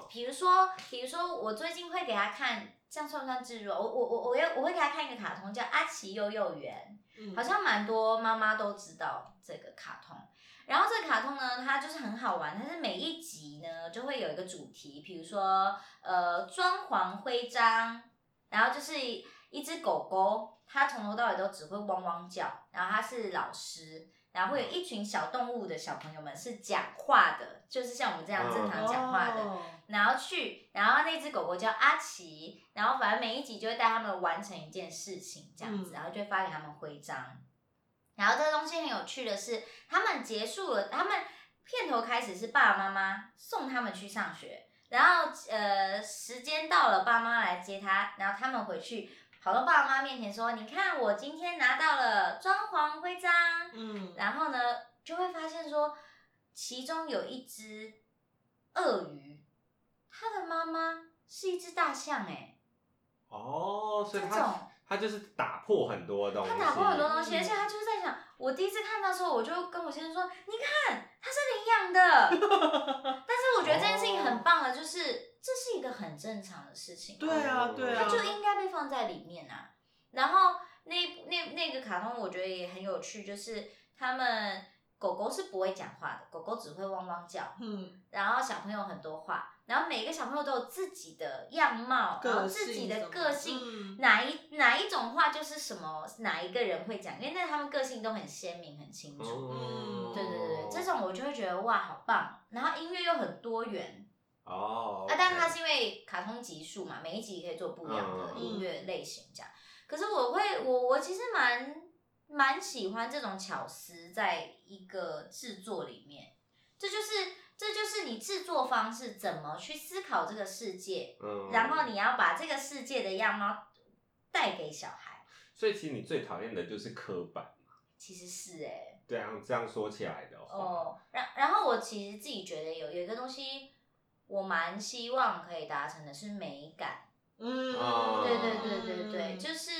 S1: 哦，
S3: 比如说，比如说，我最近会给他看，这样算不算置入啊？我我我我要我会给他看一个卡通叫《阿奇幼幼园》，
S2: 嗯
S3: 好像蛮多妈妈都知道这个卡通。然后这个卡通呢，它就是很好玩，但是每一集呢就会有一个主题，比如说呃装潢徽章，然后就是一一只狗狗，它从头到尾都只会汪汪叫，然后它是老师。然后会有一群小动物的小朋友们是讲话的，就是像我们这样正常讲话的，
S2: 哦
S3: 然后去，然后那只狗狗叫阿奇，然后反正每一集就会带他们完成一件事情这样
S2: 嗯
S3: 子，然后就会发给他们徽章。然后这个东西很有趣的是，他们结束了，他们片头开始是爸爸妈妈送他们去上学，然后呃时间到了，爸妈来接他，然后他们回去跑到爸妈面前说：“你看，我今天拿到了装潢徽章。”
S2: 嗯，
S3: 然后呢，就会发现说，其中有一只鳄鱼，它的妈妈是一只大象、欸，
S1: 哦，所以
S3: 这
S1: 他
S3: 种
S1: 他就是打破很多东西，
S3: 它打破很多东西，
S2: 嗯
S3: 而且它就是在想，我第一次看到的时候，我就跟我先生说，你看，它是
S2: [LAUGHS]
S3: 领养的。但是我觉得这件事情很棒的，就是这是一个很正常的事情，
S2: 哦
S3: 哦
S2: 对
S1: 哦
S2: 啊，对啊，
S3: 它就应该被放在里面啊。然后那部那那个卡通我觉得也很有趣，就是他们狗狗是不会讲话的，狗狗只会汪汪叫，
S2: 嗯
S3: 然后小朋友很多话，然后每个小朋友都有自己的样貌，然后
S2: 个性
S3: 自己
S2: 什
S3: 的
S2: 么
S3: 个性，
S2: 嗯
S3: 哪一哪一种话就是什么，哪一个人会讲，因为那他们个性都很鲜明很清楚。
S1: 哦
S3: 对对对对，这种我就会觉得哇，好棒！然后音乐又很多元，
S1: 哦，
S3: 啊，但是它
S1: OK
S3: 是因为卡通集数嘛，每一集可以做不一样的
S1: 嗯
S3: 音乐类型这样。可是我会，我我其实蛮蛮喜欢这种巧思在一个制作里面，这就是这就是你制作方式怎么去思考这个世界，
S1: 嗯
S3: 然后你要把这个世界的样貌带给小孩，
S1: 所以其实你最讨厌的就是刻板，
S3: 其实是哎、
S1: 对啊，这样说起来的话，
S3: 哦，然然后我其实自己觉得有有一个东西我，我蛮希望可以达成的是美感。
S2: 嗯
S1: 哦
S3: 对对对对对，就是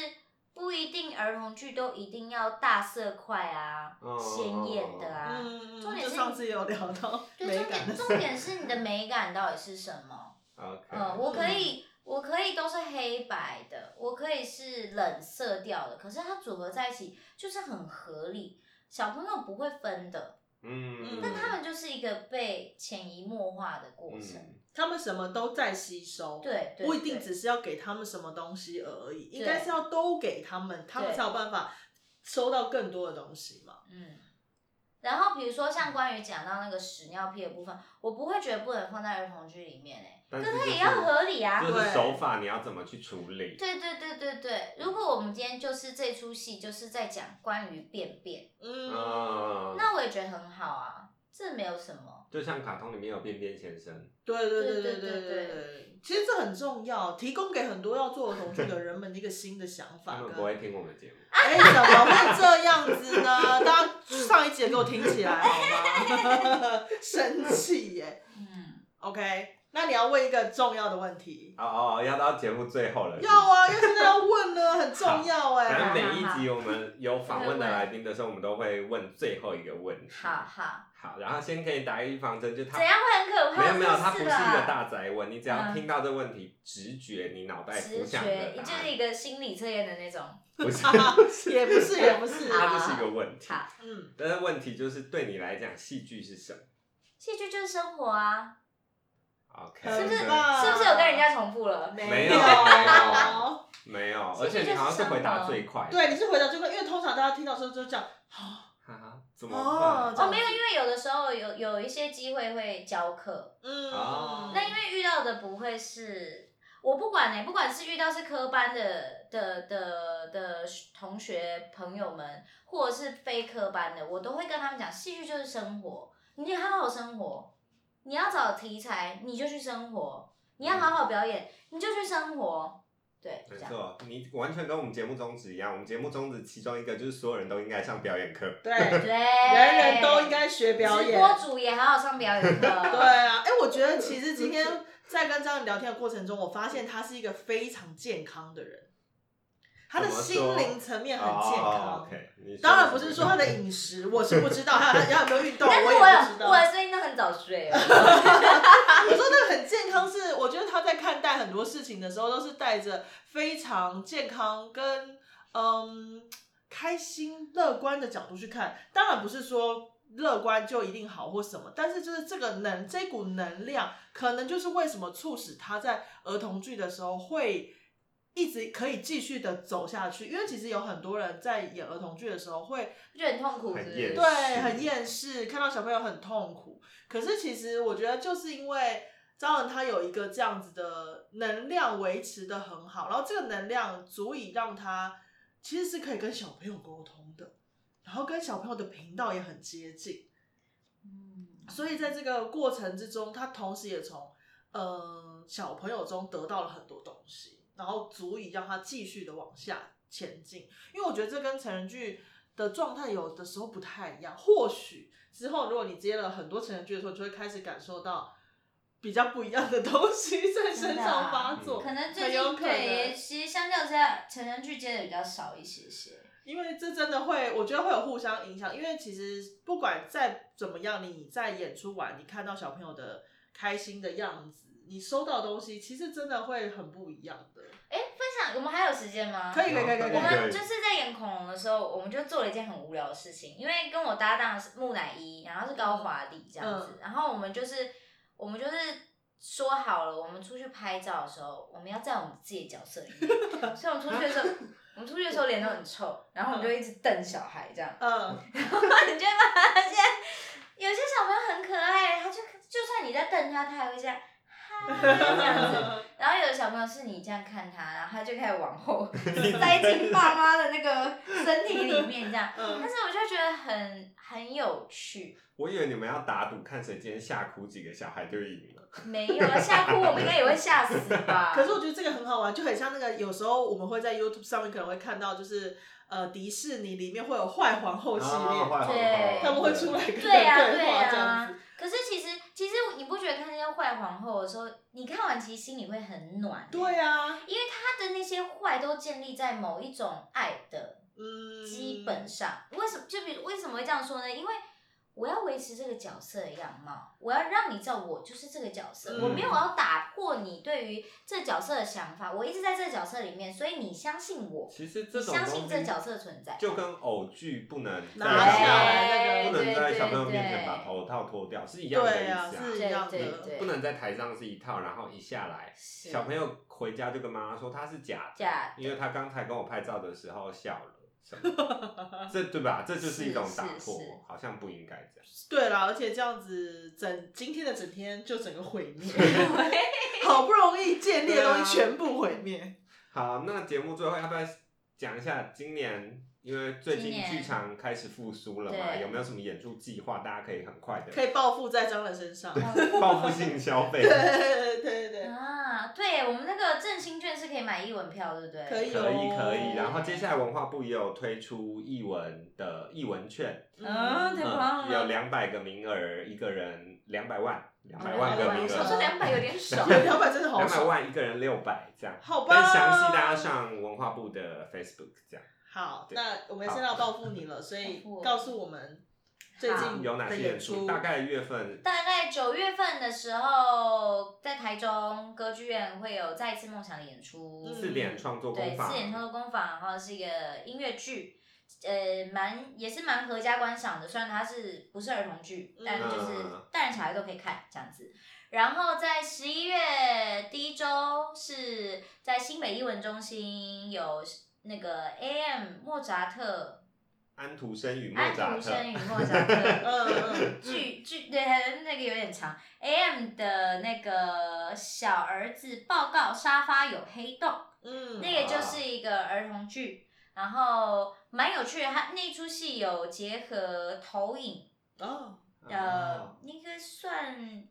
S3: 不一定儿童剧都一定要大色块啊、
S1: 嗯
S3: 鲜艳的啊。
S2: 嗯，
S3: 重点
S2: 就是上次也有聊到
S3: [LAUGHS] 对，
S2: 美
S3: 重
S2: 感的
S3: 点
S2: [LAUGHS] 事，
S3: 重点是你的美感到底是什
S2: [LAUGHS]
S3: 么？
S1: OK，
S3: 呃，我可以，我可以都是黑白的，我可以是冷色调的，可是它组合在一起就是很合理，小朋友不会分的，
S1: 嗯，
S3: 但他们就是一个被潜移默化的过程。
S1: 嗯
S2: 他们什么都在吸收，
S3: 对，对
S2: 不一定
S3: 对
S2: 只是要给他们什么东西而已，应该是要都给他们，他们才有办法收到更多的东西嘛。
S3: 嗯，然后比如说像关于讲到那个屎尿屁的部分，我不会觉得不能放在儿童剧里面欸诶、
S1: 但
S3: 可
S1: 是
S3: 它也
S1: 就是
S3: 要合理啊。
S1: 就是
S2: 对
S1: 手法你要怎么去处理？
S3: 对对对对对，如果我们今天就是这出戏就是在讲关于便便，
S2: 嗯，
S1: 嗯，
S3: 那我也觉得很好啊，这没有什么。
S1: 就像卡通里面有便便先生，
S2: 对对
S3: 对
S2: 对对
S3: 对对
S2: 对
S3: 对
S2: 对对，其实这很重要，提供给很多要做儿童剧的人们一个新的想
S1: 他
S2: 法
S1: 们
S2: 跟
S1: 不会听我们的节目。
S2: 哎，怎么会这样子呢？大家上一节给我听起来好吗？ [LAUGHS] 生气耶
S3: 嗯，
S2: ！OK，那你要问一个重要的问题。
S1: 哦哦，要到节目最后了。是不
S2: 要
S1: 是
S2: 啊，因为现在要问呢，很重要
S1: 反正
S2: 哎。
S1: 每一集我们有访问的来宾的时候，我们都会问最后一个问题。
S3: 好，好，
S1: 好，然后先可以打预防针，就他
S3: 怎样会很可
S1: 嗯
S3: 怕？
S1: 没有没有，它不是
S3: 真
S1: 一
S3: 的啊
S1: 个大宅问，你只要
S3: 嗯
S1: 听到这问题，直觉你脑袋浮
S3: 直
S1: 想的
S3: 觉，
S1: 答
S3: 就是
S1: 案，
S3: 一个心理测验的那种。
S1: 不
S3: [LAUGHS]
S1: 是，啊
S2: 也不是，也不是。
S1: 它就是一个问题。
S3: 好，
S2: 嗯，
S1: 但是问题就是对你来讲，戏剧是什么
S3: 戏剧就是生活啊，
S1: ？OK，
S2: 是
S3: 不是
S1: 对
S2: 吧
S3: 是不是有跟人家重复了？
S1: 啊没有没
S2: 有。
S1: 没有，
S3: 戏剧
S1: 而且你好像
S3: 就是是
S1: 回答
S3: 生活
S1: 最快。
S2: 对，你是回答这个，因为通常大家听到的时候就这样。啊
S1: 哈哈，怎
S2: 哦
S1: 么
S2: 这
S1: 办？
S3: 哦，
S2: 样
S3: 没有，因为有的时候有有一些机会会教课，
S1: 哦
S2: 嗯，
S3: 那因为遇到的不会是，我不管呢、欸不管是遇到是科班的的的的同学朋友们，或者是非科班的，我都会跟他们讲，戏剧就是生活，你得好好生活，你要找题材你就去生活，你要好好表演你就去生活，对，
S1: 没
S3: 这样，
S1: 错，你完全跟我们节目宗旨一样。我们节目宗旨其中一个就是所有人都应该上表演课。
S2: 对，
S3: 对，
S2: 人人都应该学表
S3: 直
S2: 演。
S3: 播主也好好上表演课，
S2: 对 [LAUGHS] 啊，哎、我觉得其实今天在跟张宇聊天的过程中，我发现他是一个非常健康的人，他的心灵层面很健康。
S1: 哦、OK，你说
S2: 当然不是说他
S1: [LAUGHS]
S2: 的饮食，我是不知道，还有他有没有运动，
S3: 但
S2: 啊
S3: 是
S2: 我也
S3: 我
S2: 不知
S3: 有
S2: 道。
S3: 我的声音都很早睡哦。
S2: [LAUGHS] 我说那个很健康是，我觉得他在看待很多事情的时候，都是带着非常健康跟嗯开心乐观的角度去看。当然不是说乐观就一定好或什么，但是就是这个能这股能量，可能就是为什么促使他在儿童剧的时候会。一直可以继续的走下去，因为其实有很多人在演儿童剧的时候会
S3: 就很痛苦，是不
S1: 很厌
S3: 是？
S1: 世
S2: 对，很厌世，看到小朋友很痛苦。可是其实我觉得，就是因为张文他有一个这样子的能量维持的很好，然后这个能量足以让他其实是可以跟小朋友沟通的，然后跟小朋友的频道也很接近。
S3: 嗯
S2: 所以在这个过程之中，他同时也从呃小朋友中得到了很多东西，然后足以让他继续的往下前进。因为我觉得这跟成人剧的状态有的时候不太一样。或许之后如果你接了很多成人剧的时候，你就会开始感受到比较不一样的东西在身上发作。
S3: 啊可能最
S2: 很有
S3: 近
S2: 可能
S3: 对，其实相较之下，成人剧接的比较少一些些。
S2: 因为这真的会，我觉得会有互相影响。因为其实不管再怎么样，你在演出完，你看到小朋友的开心的样子，你收到的东西，其实真的会很不一样的。
S3: 哎，分享我们还有时间吗？
S2: 可以，可以，可以，可以，
S3: 我
S2: 可以。
S3: 们就是在演恐龙的时候，我们就做了一件很无聊的事情，因为跟我搭档是木乃伊，然后是高华丽这样子，然后我们就是我们就是说好了，我们出去拍照的时候，我们要在我们自己的角色里 [LAUGHS] 面，所以我们出去的时候，我们出去的时候脸都很臭，然后我们就一直瞪小孩这样。
S2: 嗯，
S3: 你就会发现，有些小朋友很可爱，他就就算你在瞪他，他还会这样嗨这样子。
S2: [LAUGHS]
S3: 然后有的小朋友是你这样看他，然后他就开始
S2: [LAUGHS]
S3: 往后塞进爸妈的那个身体里面这样。但
S2: [LAUGHS] 嗯，
S3: 是我就觉得很很有趣，
S1: 我以为你们要打赌，看谁今天吓哭几个小孩就赢了。
S3: 没有啊，吓哭我们应该也会吓死吧？
S2: [LAUGHS] 可是我觉得这个很好玩，就很像那个有时候我们会在 YouTube 上面可能会看到，就是呃迪士尼里面会有坏皇后系列，
S1: 啊坏好
S3: 对
S1: 好
S2: 他们会出来跟
S3: 对啊
S2: 人对话这
S3: 对啊
S2: 样子。
S3: 可是其实其实你不觉得看那些坏皇后的时候，你看完其实心里会很暖、欸
S2: 对、啊，
S3: 因为她的那些坏都建立在某一种爱的
S2: 嗯，
S3: 基本上。为什么？就比如为什么会这样说呢？因为我要维持这个角色的样貌，我要让你知道我就是这个角色，
S2: 嗯
S3: 我没有要打破你对于这角色的想法，我一直在这角色里面，所以你相信我，
S1: 其实
S3: 你
S1: 这种
S3: 相
S1: 东
S3: 信
S1: 西
S3: 这角色存在。
S1: 就跟偶剧不能在
S2: 拿
S1: 小
S2: 下来那
S1: 不
S2: 个
S1: 能在小朋友
S3: 对对
S1: 面前
S3: 对
S1: 把头套脱掉是一样的
S2: 对
S1: 意
S2: 啊，
S1: 思
S2: 是
S1: 啊，
S2: 一
S3: 对
S2: 样的，
S3: 对对
S1: 不能在台上是一套，然后一下来
S3: 是
S1: 小朋友回家就跟妈妈说他是假的，
S3: 假的
S1: 因为他刚才跟我拍照的时候笑了。什
S2: [LAUGHS]
S1: 么的这对吧？这就是一种打
S3: 是
S1: 破
S3: 是是，
S1: 好像不应该这样。
S2: 对啦，而且这样子整今天的整天就整个毁灭， [LAUGHS] 好不容易建立的东西
S1: 对啊
S2: 全部毁灭。
S1: 好，那节目最后要不要讲一下今年？因为最近
S3: 今年
S1: 剧场开始复苏了嘛，
S3: 对
S1: 有没有什么演出计划？大家可以很快的
S2: 可以报复在张人身上。
S1: 报复性消费
S2: [LAUGHS] 对。对对对对，
S3: [LAUGHS] 啊，对，我们那个振兴券是可以买一文票，对不对？
S2: 可以
S1: 可以
S2: 哦
S1: 可以，然后接下来文化部也有推出译文的译文券，
S3: 嗯太棒了
S1: 嗯、有两百个名额，一个人两百万，两百万个
S2: 200
S1: 名
S3: 我想
S2: 200
S1: 额，
S3: 说两百有点少。
S2: 有两百真的好
S1: 两百
S2: 爽。
S1: 万一个人六百这样。
S2: [LAUGHS] 好哦吧
S1: 但详细大家上文化部的 Facebook 这样。
S2: 好，
S1: 对
S2: 那我们先要报复你了，所以
S3: 报复我
S2: 告诉我们最近
S1: 有哪
S2: 的
S1: 些
S2: 演
S1: 演出？
S2: 出，
S1: 大概月份
S3: 大概九月份的时候，在台中歌剧院会有《再一次梦想》的演出，
S2: 嗯
S1: 四点创作
S3: 对
S1: 工坊
S3: 四，点创作工坊，然后是一个音乐剧，呃，蛮也是蛮合家观赏的。虽然它是不是儿童剧，但就是
S1: 嗯
S3: 大人小孩都可以看这样子。然后在十一月第一周是在新北艺文中心有那个 AM 莫扎特
S1: 安徒生与莫
S3: 安
S1: 扎
S3: 徒
S1: 特，
S3: 生与莫
S1: [LAUGHS]
S3: 扎特，
S2: 嗯嗯
S3: 剧剧对，那个有点长。AM 的那个小儿子报告沙发有黑洞，
S2: 嗯，
S3: 那个就是一个儿童剧，然后蛮有趣的。它那出戏有结合投影，
S2: 哦，
S3: 呃，应该算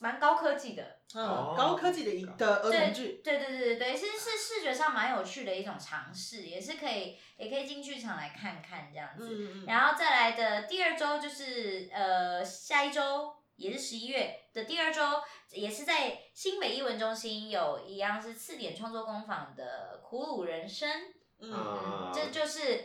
S3: 蛮高科技的。
S1: 哦
S2: 嗯，高科技的影的儿童剧，
S3: 对对对对对，是是视觉上蛮有趣的一种尝试，也是可以也可以进剧场来看看这样子。
S2: 嗯嗯嗯，
S3: 然后再来的第二周就是呃下一周也是十一月的第二周，也是在新北艺文中心有一样是四点创作工坊的《苦鲁人生》，
S2: 嗯
S1: 啊
S3: 这就是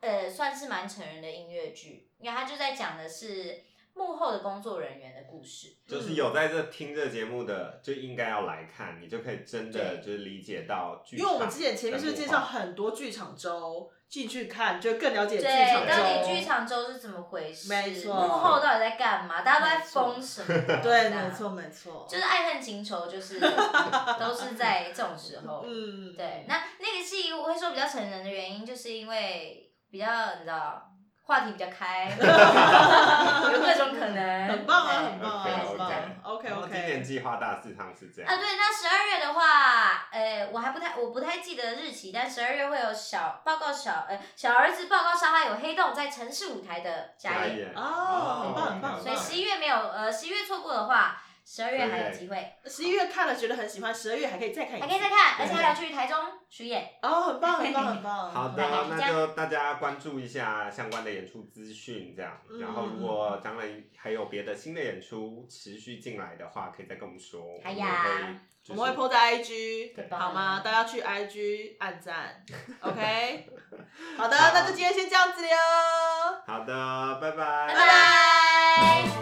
S3: 呃算是蛮成人的音乐剧，因为它就在讲的是幕后的工作人员的故事。
S1: 就是有在这听这节目的，就应该要来看，你就可以真的
S3: 对
S1: 就是理解到剧
S2: 因
S1: 场
S2: 为
S1: 的
S2: 我们
S1: 文化。
S2: 之前前面是介绍很多剧场周，进去看就更了解剧场
S3: 对，到底
S2: 周。
S3: 剧场周是怎么回事？
S2: 没错
S3: 幕后到底在干嘛？大家都在疯什么？
S2: 对，
S3: 这样
S2: 没错，没错，
S3: 就是爱恨情仇，
S2: [LAUGHS]
S3: 就是都是在这种时候。
S2: 嗯，
S3: 对，那那个戏我会说比较成人的原因，就是因为比较你知道话题比较开， [LAUGHS] 有各种可能，
S2: 很棒啊，
S3: 对
S2: 很棒啊，
S1: OK，
S2: 很棒
S1: OK。
S2: OK
S1: 然后哦今年
S2: OK，
S1: 计划大致上是这样。
S3: 啊，对，那十二月的话，呃，我还不太，我不太记得日期，但十二月会有小报告小，呃，小儿子报告沙哈有黑洞在城市舞台的
S1: 加
S3: 加演，
S1: 演
S2: 哦很棒很棒
S3: 所
S2: 很
S3: 以
S2: 棒
S3: 十一月没有，呃，十一月错过的话，十二月还有
S1: 对
S3: 机会，
S2: 十一月看了觉得很喜欢，十二月还可以再看一次，
S3: 还可以再看，
S1: 对
S3: 而且还有去台中巡演，
S2: 哦，很棒，很棒，很棒。
S1: 好的
S3: 对大，概是这
S1: 那
S3: 样
S1: 就大家关注一下相关的演出资讯，这样。
S2: 嗯
S1: 然后，如果将来还有别的新的演出持续进来的话，可以再跟我们说。
S3: 哎
S1: 我
S3: 呀
S1: 们可以就是
S2: 我们会 PO 在 IG，
S1: 对
S2: 好吗？大家去 IG 按
S1: [LAUGHS]
S2: 赞，OK。好的，
S1: 好
S2: 那就今天先这样子了哟。
S1: 好的，拜拜
S3: 拜拜